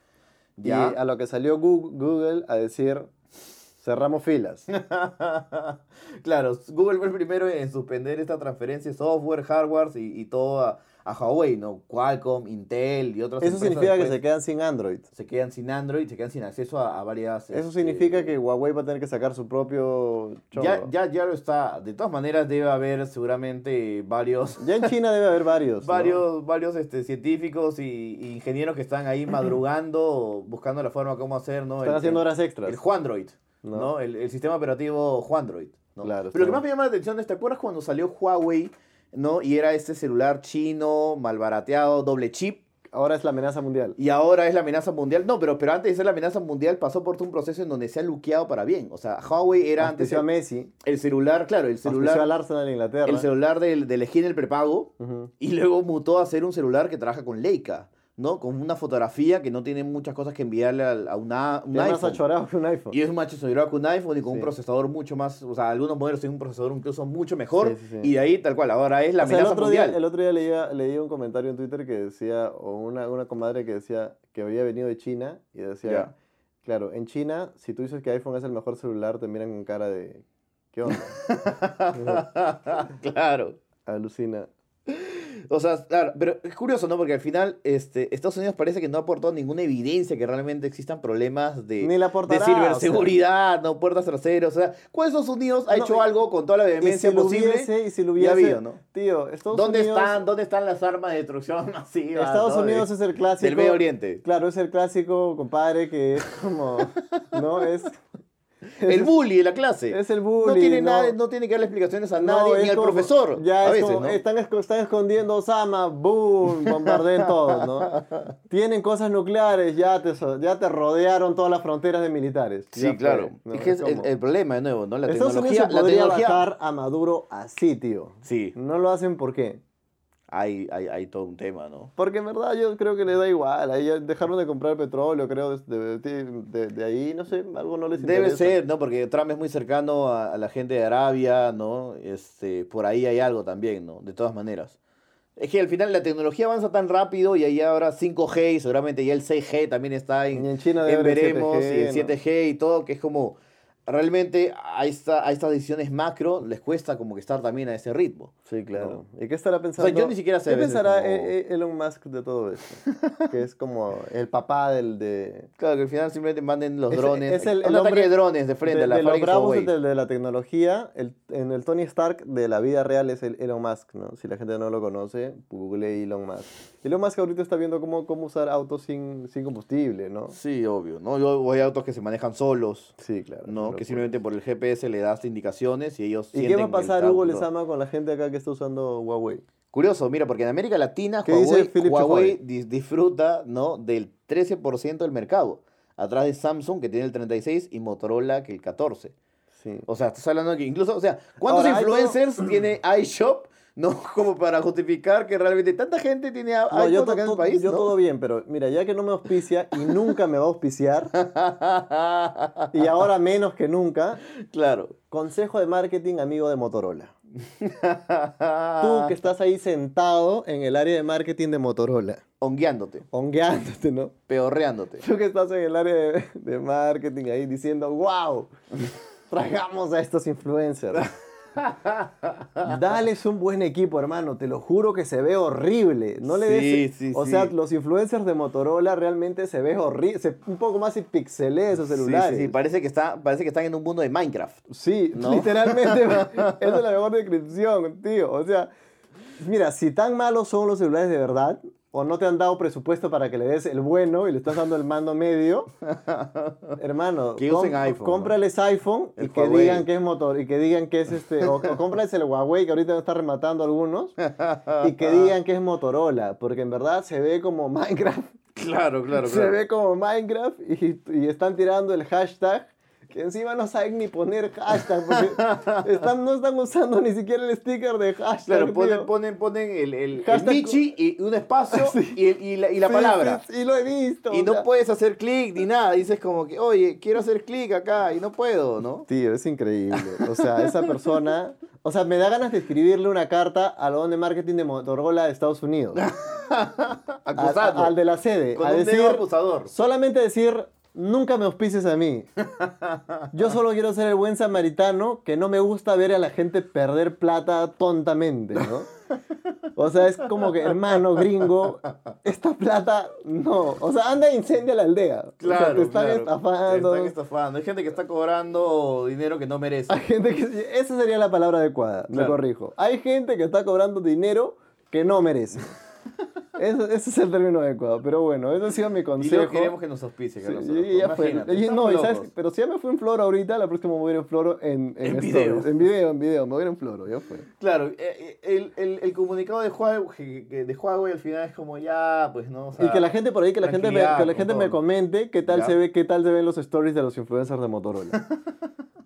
Y
Ya.
a lo que salió Gu- Google a decir, cerramos filas.
claro, Google fue el primero en suspender esta transferencia de software, hardware y, y todo a, a Huawei, ¿no? Qualcomm, Intel y otras
Eso
empresas
significa que se
después
quedan sin Android.
se quedan sin Android, se quedan sin acceso a, a varias...
Eso
este,
significa que Huawei va a tener que sacar su propio chongo.
Ya, ya, ya lo está. De todas maneras, debe haber seguramente varios,
Ya en China debe haber varios. ¿no?
varios, varios este, científicos y, y ingenieros que están ahí madrugando, buscando la forma cómo hacer, ¿no?
Están
El-
haciendo
el,
horas extras.
el Juandroid, ¿no?
No.
El, el sistema operativo Juandroid, ¿no?
Claro,
Pero lo
está
que más
bueno.
me llama la atención es, ¿te acuerdas cuando salió Huawei, ¿no? Y era este celular chino, malbarateado, doble chip.
Ahora es la amenaza mundial.
Y ahora es la amenaza mundial. No, pero, pero antes de ser la amenaza mundial pasó por un proceso en donde se ha luqueado para bien. O sea, Huawei era antes
Auspició a
el,
Messi,
el celular, claro, el celular
celular, al Arsenal de Inglaterra.
el celular del, del esquí en el prepago
Ujú.
y luego mutó a ser un celular que trabaja con Leica, ¿no? Con una fotografía que no tiene muchas cosas que enviarle al- a, una, un
Es más
iPhone.
achorado que un iPhone.
y es un macho celular con un iPhone y con un
Sí.
procesador mucho más, o sea, algunos modelos tienen un procesador incluso mucho mejor
Sí, sí, sí.
y de ahí tal cual, ahora es la
O sea, el
amenaza
otro día-
mundial.
el otro día leía, leía un comentario en Twitter que decía, o una, una comadre que decía que había venido de China y decía,
Ya.
claro, en China, si tú dices que iPhone es el mejor celular, te miran con cara de, ¿qué onda?
claro.
Alucina.
O sea, claro, pero es curioso, ¿no? Porque al final este, Estados Unidos parece que no ha aportado ninguna evidencia que realmente existan problemas de,
Ni
de
la aportará.
ciberseguridad, no puertas traseras. O sea, ¿cuál de Estados Unidos ha
No,
hecho
y-
algo con toda la
O sea, y si
vehemencia
lo
posible?
hubiese, y si lo
ya
hubiese,
ha habido, ¿no?
tío, Estados
¿Dónde
Unidos,
están, ¿Dónde están las armas de destrucción masiva?
Estados
no?
Unidos
De-
es el clásico.
Del Medio Oriente.
Claro, es el clásico, compadre, que es como, ¿no? Es,
El bully de la clase.
es el bullying.
no tiene nada, no tiene que darle explicaciones a nadie,
es
ni al
como-
profesor.
Ya
a
es
veces,
como,
¿no?
están, esc- están escondiendo a Osama, boom, bombardeen todos, ¿no? Tienen cosas nucleares, ya te, so- ya te rodearon todas las fronteras de militares.
Sí,
Ya fue,
claro.
¿no?
es que es
Es
el,
como-
el problema de nuevo, ¿no? La
Estados Unidos
tecnología.
se
La
podría
tecnología.
bajar a Maduro así, tío.
Sí.
No lo hacen ¿por qué?
hay, hay, hay todo un tema, ¿no?
Porque en verdad yo creo que les da igual. Ahí ya dejaron de comprar petróleo, creo, de, de- de- de ahí, no sé, algo no les
Debe
interesa.
ser, ¿no? Porque Trump es muy cercano a, a la gente de Arabia, ¿no? Este, por ahí hay algo también, ¿no? De todas maneras. Es que al final la tecnología avanza tan rápido y ahí ahora 5G y seguramente ya el 6G también está en,
Y en China debe
en
haber el
veremos
7G,
y el
¿no?
7G y todo, que es como realmente a, esta, a estas decisiones macro les cuesta como que estar también a ese ritmo.
Sí, claro. ¿Y qué estará pensando?
O sea, yo ni siquiera sé a
¿Qué
veces
pensará
como-
E- E- Elon Musk de todo esto? que es como el papá del de...
Claro, que al final simplemente manden los
Es-
drones.
es el-
un
el
ataque
hombre
de drones de frente a
de,
la
de los
Faringe
bravos
Huawei.
de, de la tecnología, el, en el Tony Stark de la vida real es el Elon Musk, ¿no? Si la gente no lo conoce, google Elon Musk. Elon Musk ahorita está viendo cómo, cómo usar autos sin, sin combustible, ¿no?
Sí, obvio, ¿no? Yo, o hay autos que se manejan solos.
Sí, claro.
No,
locura.
que simplemente por el GPS le das indicaciones y ellos
¿Y qué
sienten
va a
el
pasar,
tacto,
Hugo
¿no?
Lezama, con la gente acá que está usando Huawei?
Curioso, mira, porque en América Latina
¿Qué dice
Huawei,
Philip
Huawei dis- disfruta ¿no? del 13% del mercado, atrás de Samsung que tiene el 36% y Motorola que el 14%.
Sí.
O sea, estás hablando que incluso, o sea, ¿cuántos
Ahora, hay todo-
influencers tiene iShop? No, como para justificar que realmente tanta gente tiene a-
No,
iPhone
yo, to-
acá en el
to-
país,
yo
¿no?
todo bien, pero mira, ya que no me auspicia y nunca me va a auspiciar, y ahora menos que nunca,
claro.
consejo de marketing amigo de Motorola.
Ah.
Tú que estás ahí sentado en el área de marketing de Motorola,
Hongueándote,
hongueándote, ¿no?
peorreándote.
Tú que estás en el área de, de marketing ahí diciendo, wow, tragamos a estos influencers. Dales un buen equipo, hermano. Te lo juro que se ve horrible. No le
Sí,
des.
sí,
o
sí.
sea, los influencers de Motorola realmente se ve horrible. Se, un poco más y pixelé esos
Sí, sí,
celulares.
Sí, parece que, está, parece que están en un mundo de Minecraft.
Sí,
¿No?
literalmente. esa es la mejor descripción, tío. O sea, mira, si tan malos son los celulares de verdad, o no te han dado presupuesto para que le des el bueno y le estás dando el mando medio, hermano,
Que
com-
usen iPhone, ¿no?
cómprales iPhone y
El
que
Huawei.
digan que es motor, y que digan que es este, o, o cómprales el Huawei, que ahorita está rematando algunos, y que digan que es Motorola, porque en verdad se ve como Minecraft.
Claro, claro,
Se ve como Minecraft y, y están tirando el hashtag. Que encima no saben ni poner hashtag. Porque están, no están usando ni siquiera el sticker de hashtag.
Claro, ponen,
tío.
ponen, ponen el, el, el
Hashtag-
Michi y un espacio
Sí.
y, el- y la, y la
Sí,
palabra.
Sí, sí, lo he visto.
Y
o
no
sea.
puedes hacer clic ni nada. Dices como que, oye, quiero hacer clic acá y no puedo, ¿no?
Tío, es increíble. O sea, esa persona. O sea, me da ganas de escribirle una carta al don de marketing de Motorola de Estados Unidos. Al,
Acusado.
al de la sede.
Con
a
un dedo
decir,
acusador.
Solamente decir, nunca me auspices a mí. Yo solo quiero ser el buen samaritano que no me gusta ver a la gente perder plata tontamente, ¿no? O sea, es como que, hermano gringo, esta plata no. O sea, anda e incendia la aldea. O sea, te están
claro.
estafando.
Te están estafando. Hay gente que está cobrando dinero que no merece.
Hay gente que. Esa sería la palabra adecuada, me
Claro.
corrijo. Hay gente que está cobrando dinero que no merece. Eso- ese es el término adecuado. Pero bueno, ese ha sido mi
Y
consejo.
luego queremos que nos auspicie.
Sí, y ya fue. Y- no, y sabes, pero si ya me fui en floro ahorita, la próxima me voy a ir en floro en, en,
En
stories.
video.
En video, en video, me voy a ir en floro, ya fue.
Claro, eh, eh, el, el, el comunicado de Huawei, de Huawei al final es como ya, pues no. o sea,
y que la gente por ahí, que la gente me,
tranquilidad,
que la
con
gente me
todo.
comente qué tal
Ya.
se ve, qué tal se ven los stories de los influencers de Motorola.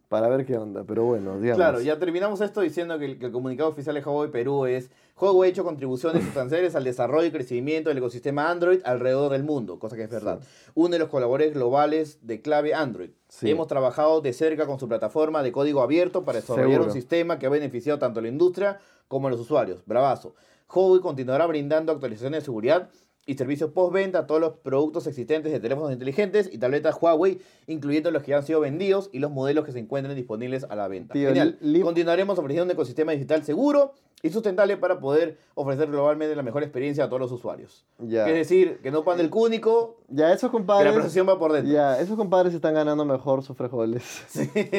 para ver qué onda, pero bueno, digamos.
Claro, ya terminamos esto diciendo que el, que el comunicado oficial de Huawei Perú es Huawei ha hecho contribuciones sustanciales al desarrollo y crecimiento del ecosistema Android alrededor del mundo, cosa que es verdad. Uno de los colaboradores globales de clave Android.
Sí.
Hemos trabajado de cerca con su plataforma de código abierto para desarrollar un
Seguro.
sistema que ha beneficiado tanto a la industria como a los usuarios. Bravazo. Huawei continuará brindando actualizaciones de seguridad y servicios postventa a todos los productos existentes de teléfonos inteligentes y tabletas Huawei, incluyendo los que han sido vendidos y los modelos que se encuentren disponibles a la venta.
Tío,
Genial.
li-
Continuaremos ofreciendo un ecosistema digital seguro y sustentable para poder ofrecer globalmente la mejor experiencia a todos los usuarios.
Ya.
Es decir, que no pan el cúnico,
Ya esos
que la
compadres.
procesión va por dentro.
Ya, esos compadres están ganando mejor sus frijoles.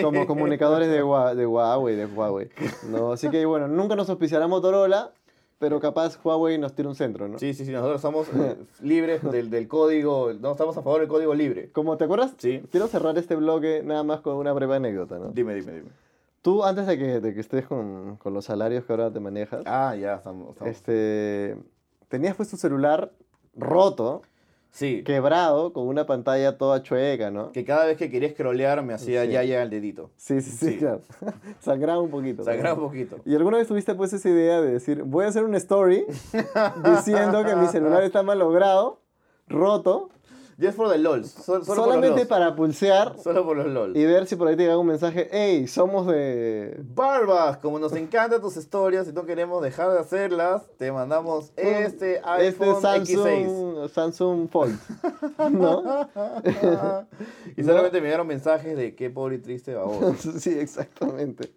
Como comunicadores de, Hua- de Huawei, de Huawei. No, así que bueno, nunca nos auspiciará Motorola, pero capaz Huawei nos tira un centro, ¿no?
Sí, sí, sí, nosotros somos eh, libres del, del código, no, estamos a favor del código libre.
Como te acuerdas,
Sí.
quiero cerrar este bloque nada más con una breve anécdota, ¿no?
Dime, dime, dime.
Tú, antes de que, de que estés con, con los salarios que ahora te manejas,
Ah, ya, estamos. estamos.
este, tenías pues tu celular roto
Sí. Que,
quebrado con una pantalla toda chueca, ¿no?
cada vez que quería scrollear me hacía
Sí.
ya ya el dedito.
Sí, sí, sí,
Sí.
claro. Sangraba un poquito.
Sangraba un poquito.
¿Y alguna vez tuviste pues esa idea de decir, voy a hacer una story diciendo que mi celular está malogrado, roto,
Just for the LOLs. sol- solo
solamente
por los
para pulsear
LOLs. Solo por los LOLs.
y ver si por ahí te llega un mensaje, hey, somos de...
Barbas, como nos encantan tus historias y no queremos dejar de hacerlas, te mandamos este iPhone X6.
Samsung, Samsung Fold, ¿no?
y solamente me dieron mensajes de qué pobre y triste baboso.
sí, exactamente.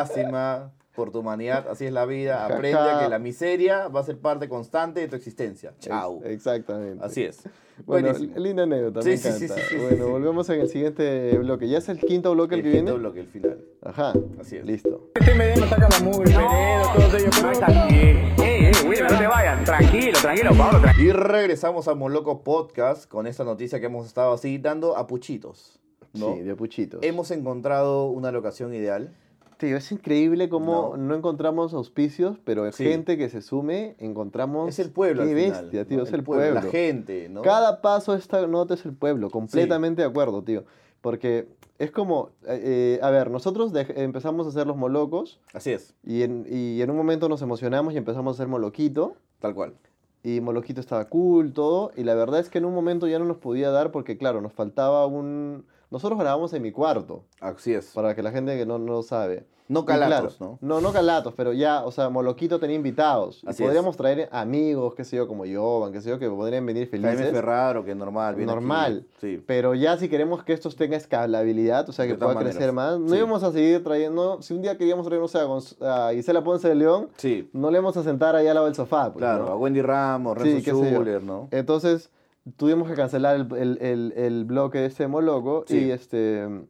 Lástima por tu humanidad, así es la vida.
Jaja.
Aprende a que la miseria va a ser parte constante de tu existencia. Chao.
Ex- Exactamente.
Así es.
Bueno,
Buenísimo.
linda anécdota,
Sí,
me
sí, sí,
encanta.
sí, sí, sí,
bueno,
sí.
volvemos en el siguiente bloque. ¿Ya es el quinto bloque el,
El
que
quinto
viene?
bloque, el final.
Ajá,
Así es.
listo.
Este Medellín no saca la movie, Peredo, todos ellos. Pero tranquilo. Ey, ey, Wilmer, no te vayas. Tranquilo, tranquilo, Pablo, tranquilo.
Y regresamos a Moloco Podcast con esta noticia que hemos estado así dando a puchitos. ¿no?
Sí, de puchitos.
Hemos encontrado una locación ideal.
Tío, Eh, es increíble cómo no,
No.
encontramos auspicios, pero hay
Sí.
gente que se sume, encontramos...
Es el pueblo.
Qué
al final,
bestia,
¿no?
tío, es el pueblo.
La gente, ¿no?
Cada paso de esta nota es el pueblo, completamente de acuerdo, tío. Porque es como, eh, eh, a ver, nosotros dej- empezamos a ser los molocos
Así es,
y en, y en un momento nos emocionamos y empezamos a ser moloquito.
tal cual.
Y Moloquito estaba cool, todo. Y la verdad es que en un momento ya no nos podía dar porque, claro, nos faltaba un... Nosotros grabamos en mi cuarto,
Así es.
para que la gente que no, no sabe.
No
Y
calatos,
claro,
¿no?
No, no calatos, pero ya, o sea, Moloquito tenía invitados. Y
Así es.
podríamos traer amigos, qué sé yo, como Jovan, qué sé yo, que podrían venir
Jaime
felices.
Ferraro, que normal. viene aquí.
Normal.
Sí.
Pero ya si queremos que estos tengan escalabilidad, o sea, que
De todas
pueda crecer
maneras,
más, no
sí.
íbamos a seguir trayendo, si un día queríamos traernos a, Gonz- a Gisela Ponce de León,
Sí,
no le íbamos a sentar allá al lado del sofá. pues,
claro.
¿no?
A Wendy Ramos,
Sí,
Renzo
qué sé yo. Eh,
Schuller, ¿no?
Entonces, tuvimos que cancelar el, el- el- el bloque de este moloco
Sí.
y este, el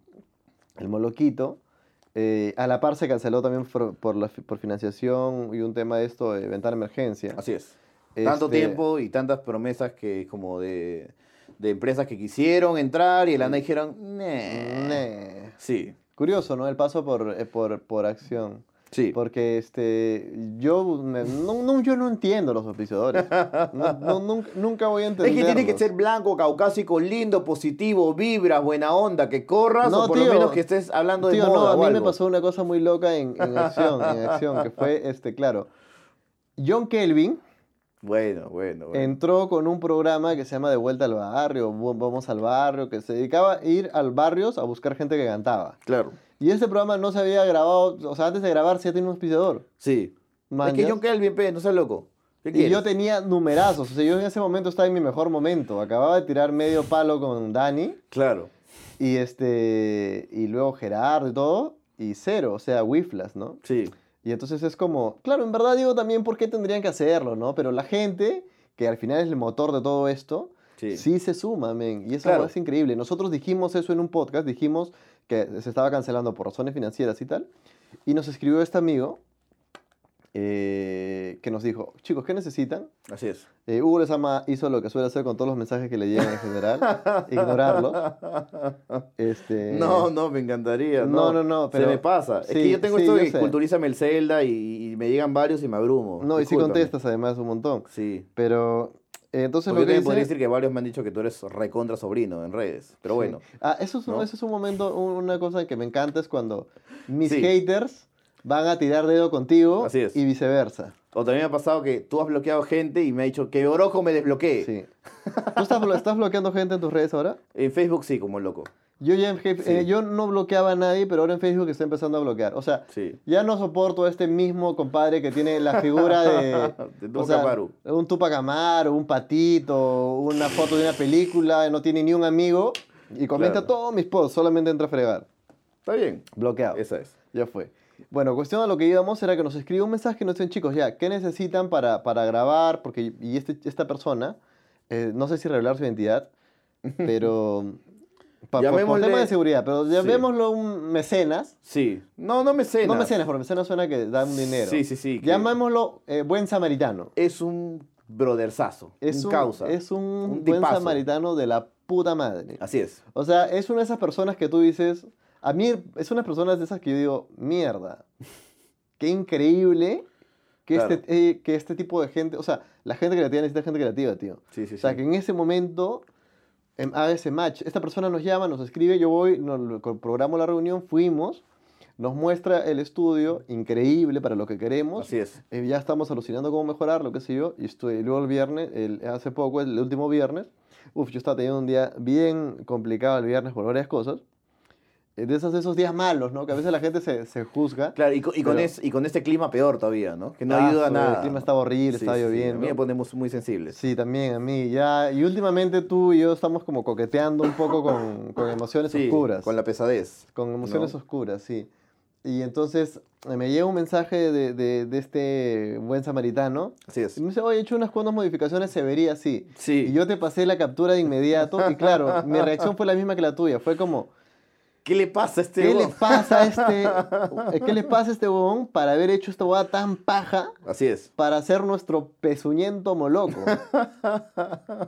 moloquito. eh, a la par se canceló también por, por la fi- por financiación y un tema de esto de ventana de emergencia.
Así es. Tanto
Este,
tiempo y tantas promesas que como de, de empresas que quisieron entrar y el ANA dijeron, "Nah".
ne.
Sí,
mm, eh, Curioso, ¿no? El paso por, eh, por, por acción.
sí.
Porque este, yo, me- no, no- yo no entiendo los auspiciadores. No- no- nunca, nunca voy a
Es
entender.
que tiene que ser blanco, caucásico, lindo, positivo, vibras, buena onda, que corras
No,
o por
tío.
lo menos que estés hablando de
Tío,
moda
no, a
o
mí me
algo.
pasó una cosa muy loca en, en acción, en acción, que fue, este, claro, John Kelvin
Bueno, bueno, bueno.
entró con un programa que se llama De Vuelta al Barrio, Vu- Vamos al Barrio, que se dedicaba a ir al barrios a buscar gente que cantaba.
Claro.
Y este programa no se había grabado, o sea, antes de grabar sí ya tenía un auspiciador.
Sí.
Manjas.
Es que John Kelvin, pe, no seas loco. ¿Qué
Y yo
quieres?
tenía numerazos, o sea, yo en ese momento estaba en mi mejor momento, acababa de tirar medio palo con Dani.
Claro.
Y este, y luego Gerardo y todo, y cero, o sea, Wiflas, ¿no?
Sí.
Y entonces es como, claro, en verdad digo también por qué tendrían que hacerlo, ¿no? Pero la gente, que al final es el motor de todo esto, sí,
Sí.
se suma, men. Y eso
Claro.
es increíble. Nosotros dijimos eso en un podcast, dijimos que se estaba cancelando por razones financieras y tal. Y nos escribió este amigo eh, que nos dijo, chicos, ¿qué necesitan?
Así es.
Eh, Hugo Lezama hizo lo que suele hacer con todos los mensajes que le llegan en general, ignorarlos. Este,
No, no, me encantaría.
No,
No,
no, no,
Se
pero-
me pasa. es
sí,
que yo tengo
sí,
esto
yo
de
sé.
que culturízame el Zelda y, y me llegan varios y me abrumo.
No, y sí
Discúlpame.
contestas además un montón.
Sí.
Pero eh, entonces
Porque yo
lo que
también podría
dice-
decir que varios me han dicho que tú eres recontra sobrino en redes. Pero bueno.
Ah, eso es, un-
¿no?
eso es un momento, un- una cosa que me encanta es cuando mis
Sí.
haters van a tirar dedo contigo
Así es.
y viceversa.
O también me ha pasado que tú has bloqueado gente y me ha dicho que Orojo me desbloquee.
Sí. ¿Tú estás, blo- estás bloqueando gente en tus redes ahora?
En Facebook sí, como loco.
Yo ya en Hate-
Sí.
eh, yo no bloqueaba a nadie, pero ahora en Facebook está empezando a bloquear. O sea,
Sí.
ya no soporto a este mismo compadre que tiene la figura de,
De
o
Tupac
sea,
Amaru.
un Tupac Amaru, un patito, una foto de una película, no tiene ni un amigo y comenta
Claro.
todos mis posts, solamente entra a fregar.
Está bien.
Bloqueado.
Esa es.
Ya fue. Bueno, cuestión a lo que íbamos era que nos escribió un mensaje y nos dicen, chicos, ya, ¿qué necesitan para, para grabar? Porque, y este, esta persona, eh, no sé si revelar su identidad, pero... pa- pues, por- por,
Llamémosle-
tema de seguridad, pero llamémoslo un mecenas.
Sí. No, no me cena.
No mecenas, porque mecenas suena que dan un dinero.
Sí, sí, sí, que-
Llamémoslo eh, buen samaritano.
Es un brotherzazo.
Es un,
causa.
Es un,
Un
buen
tipazo.
samaritano de la puta madre.
Así es.
O sea, es una de esas personas que tú dices, a mí es una persona de esas que yo digo, mierda, qué increíble que,
Claro.
este, eh, que este tipo de gente, o sea, la gente creativa necesita gente creativa, tío.
Sí, sí,
o sea,
sí.
que en ese momento em, haga ese match. Esta persona nos llama, nos escribe, yo voy, nos, lo- co- programo la reunión, fuimos, nos muestra el estudio, increíble para lo que queremos.
Así es.
Eh, ya estamos alucinando cómo mejorar, lo que sé yo. Y estoy, y luego el viernes, el, hace poco, el último viernes, uf, yo estaba teniendo un día bien complicado el viernes por varias cosas. Eh, De esos, de esos días malos, ¿no? Que a veces la gente se, se juzga.
Claro, y, co- y con
Pero-
es- y con este clima peor todavía, ¿no? Que no
Ah,
ayuda a
su-
nada.
El clima estaba horrible,
Sí,
estaba
sí, sí.
lloviendo.
A mí me ponemos muy sensibles.
Sí, también a mí. Ya, y últimamente tú y yo estamos como coqueteando un poco con, con emociones
Sí,
oscuras.
Con la pesadez.
Con emociones
¿no?
oscuras, sí. Y entonces eh, me llega un mensaje de, de- de este buen samaritano.
Así es.
Y me dice, oye, he hecho unas cuantas modificaciones, se vería así.
Sí.
Mm, Y yo te pasé la captura de inmediato. Y claro, mi reacción fue la misma que la tuya. Fue como,
¿Qué le pasa a este
¿qué le
huevón?
pasa a este, ¿qué le pasa a este huevón para haber hecho esta hueá tan paja?
Así es.
para hacer nuestro pezuñento moloco.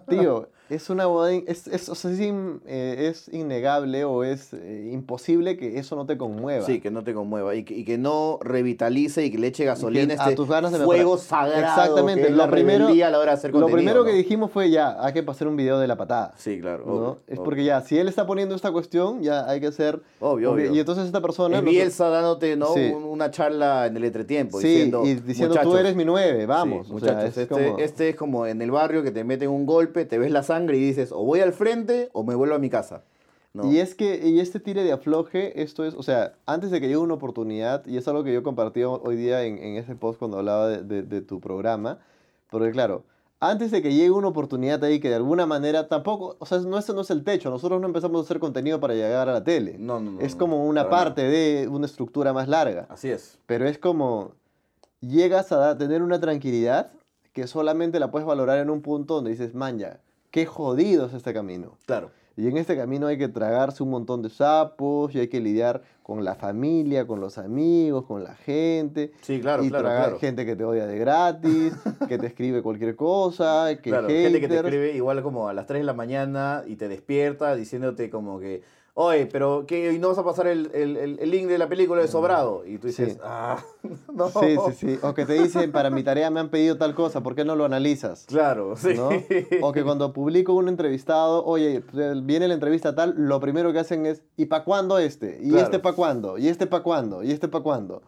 Tío, es una boda in- es, es, o sea, es, in- eh, es innegable o es eh, imposible que eso no te conmueva.
Sí, que no te conmueva y que, y que no revitalice y que le eche gasolina
Que
este
a tus ganas de
fuego
mejorar.
sagrado.
Exactamente,
que es
lo
la
primero-
rebeldía a la hora de hacer
Lo
contenido,
primero que
¿no?
dijimos fue ya, hay que hacer un video de la patada.
Sí, claro.
¿no?
obvio,
es
obvio.
porque ya, si él está poniendo esta cuestión, ya hay que hacer...
Obvio, obvio.
Y entonces esta persona...
Es
nos-
Bielsa dándote ¿no?
Sí.
Un- una charla en el entretiempo
Sí,
diciendo,
y diciendo tú
"Muchachos,
eres mi nueve, vamos.
Sí,
o sea,
muchachos,
es
este,
como-
este es como en el barrio que te meten un golpe, te ves la sangre y dices, o voy al frente o me vuelvo a mi casa. ¿no?
Y es que y este tire de afloje, esto es, o sea, antes de que llegue una oportunidad, y es algo que yo compartí ho- hoy día en, en ese post cuando hablaba de, de- de tu programa, porque claro, antes de que llegue una oportunidad ahí que de alguna manera tampoco, o sea, no, eso no es el techo, nosotros no empezamos a hacer contenido para llegar a la tele,
No, no, no,
es
no,
como una
para nada. Ah.
parte de una estructura más larga,
Así es.
pero es como llegas a da- tener una tranquilidad que solamente la puedes valorar en un punto donde dices, man, ya, qué jodido es este camino.
Claro.
Y en este camino hay que tragarse un montón de sapos y hay que lidiar con la familia, con los amigos, con la gente.
Sí, claro,
y
claro,
tragar
claro.
gente que te odia de gratis, que te escribe cualquier cosa, que
Claro, gente que te
haters.
escribe igual como a las 3 de la mañana y te despierta diciéndote como que, oye, pero que hoy no vas a pasar el, el- el- el link de la película de Sobrado. Y tú dices,
Mm, Sí.
ah, no.
Sí, sí, sí. O que te dicen, para mi tarea me han pedido tal cosa, ¿por qué no lo analizas?
Claro, sí.
¿no? O que cuando publico un entrevistado, oye, viene la entrevista tal, lo primero que hacen es, ¿y pa' cuándo este? ¿Y
Claro.
este pa' cuándo? ¿Y este pa' cuándo? ¿Y este pa' cuándo?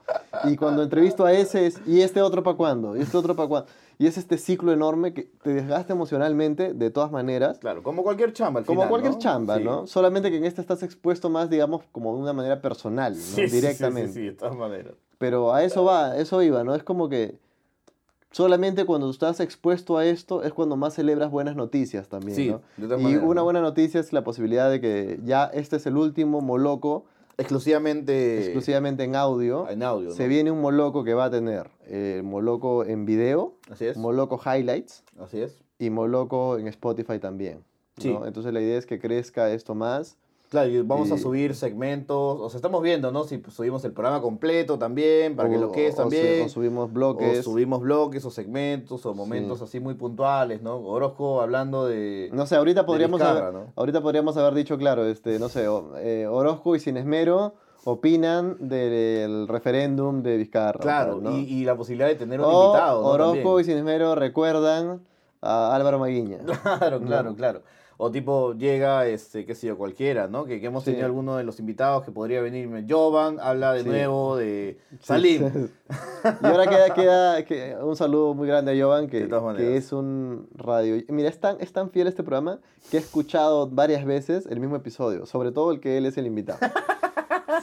Y cuando entrevisto a ese es, ¿y este otro pa' cuándo? ¿Y este otro pa' cuándo? Y es este ciclo enorme que te desgasta emocionalmente de todas maneras.
Claro, como cualquier chamba al
Como
final,
cualquier
¿no?
chamba,
Sí.
¿no? Solamente que en esta estás expuesto más, digamos, como de una manera personal, ¿no?
Sí, sí, sí, sí,
directamente.
sí, de todas maneras.
Pero a eso va, a eso iba, ¿no? Es como que solamente cuando estás expuesto a esto es cuando más celebras buenas noticias también,
Sí,
¿no?
de todas
y
maneras,
una
¿no?
buena noticia es la posibilidad de que ya este es el último moloco,
Exclusivamente.
exclusivamente en audio.
En audio.
Se
¿no?
viene un moloco que va a tener eh, moloco en video,
Así es.
moloco highlights
Así es.
y moloco en Spotify también.
Sí.
¿no? Entonces la idea es que crezca esto más.
Claro, y vamos a
Y-
subir segmentos. O sea, estamos viendo, ¿no? Si subimos el programa completo también, para que lo que es
o- o su-
también.
o subimos
O
bloques.
subimos bloques o segmentos o momentos así muy puntuales, ¿no? Orozco hablando de.
No sé, ahorita
de
podríamos,
Vizcarra,
haber,
¿no?
ahorita podríamos haber dicho, claro, este, no sé, o- eh, Orozco y Sin Esmero opinan del referéndum de Vizcarra.
Claro,
¿no?
y, y la posibilidad de tener un
O
invitado. ¿no?
Orozco
También.
y Sin Esmero recuerdan a Álvaro Maguiña.
Claro,
¿no?
claro, claro. O tipo, llega, este, qué sé yo, cualquiera, ¿no? Que, que hemos
Sí.
tenido alguno de los invitados que podría venir. Jovan habla de
Sí.
nuevo de Salim.
Y ahora queda, queda que- un saludo muy grande a Jovan, que,
De todas
que
maneras.
es un radio. Mira, es tan, es tan fiel a este programa que he escuchado varias veces el mismo episodio, sobre todo el que él es el invitado.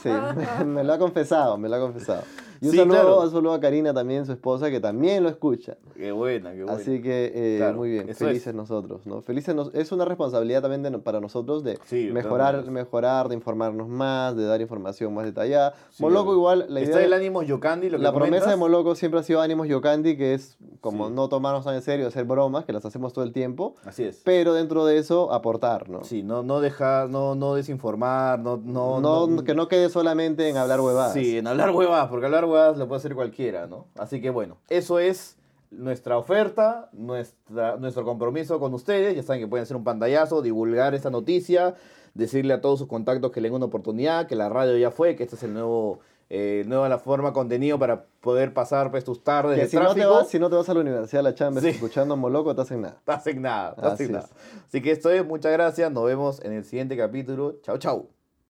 Sí, me, me lo ha confesado, me lo ha confesado. Y un,
Sí,
saludo,
claro.
un saludo a Karina también, su esposa, que también lo escucha.
Qué buena, qué buena.
Así que, eh,
Claro,
muy bien,
eso
felices
es.
nosotros, ¿no? Felices nos- es una responsabilidad también de no- para nosotros de
Sí, de todas
mejorar,
maneras.
mejorar, de informarnos más, de dar información más detallada.
Sí,
Moloco
obvio.
igual, la idea...
Está
de-
el ánimo Yocandi, lo que
la promesa de
comentas.
Moloco siempre ha sido Ánimos Yocandi, que es como
Sí.
no tomarnos tan en serio, hacer bromas, que las hacemos todo el tiempo,
Así es.
pero dentro de eso aportar, ¿no?
Sí, no, no dejar, no, no desinformar, no, no,
No- que no quede solamente en hablar huevadas.
Sí, en hablar huevadas, porque hablar huevadas lo puede hacer cualquiera, ¿no? Así que bueno, eso es nuestra oferta, nuestra, nuestro compromiso con ustedes. Ya saben que pueden hacer un pantallazo, divulgar esta noticia, decirle a todos sus contactos que le den una oportunidad, que la radio ya fue, que este es el nuevo eh, nueva la forma contenido para poder pasar pues, tus tardes
Que
de
si no, te
tráfico.
vas, si no te vas a la universidad, a la chamba,
Sí.
escuchando a Moloco, te hacen nada.
Estás en nada, estás
Así
en
es.
nada. Así que esto es, muchas gracias. Nos vemos en el siguiente capítulo. Chau, chau.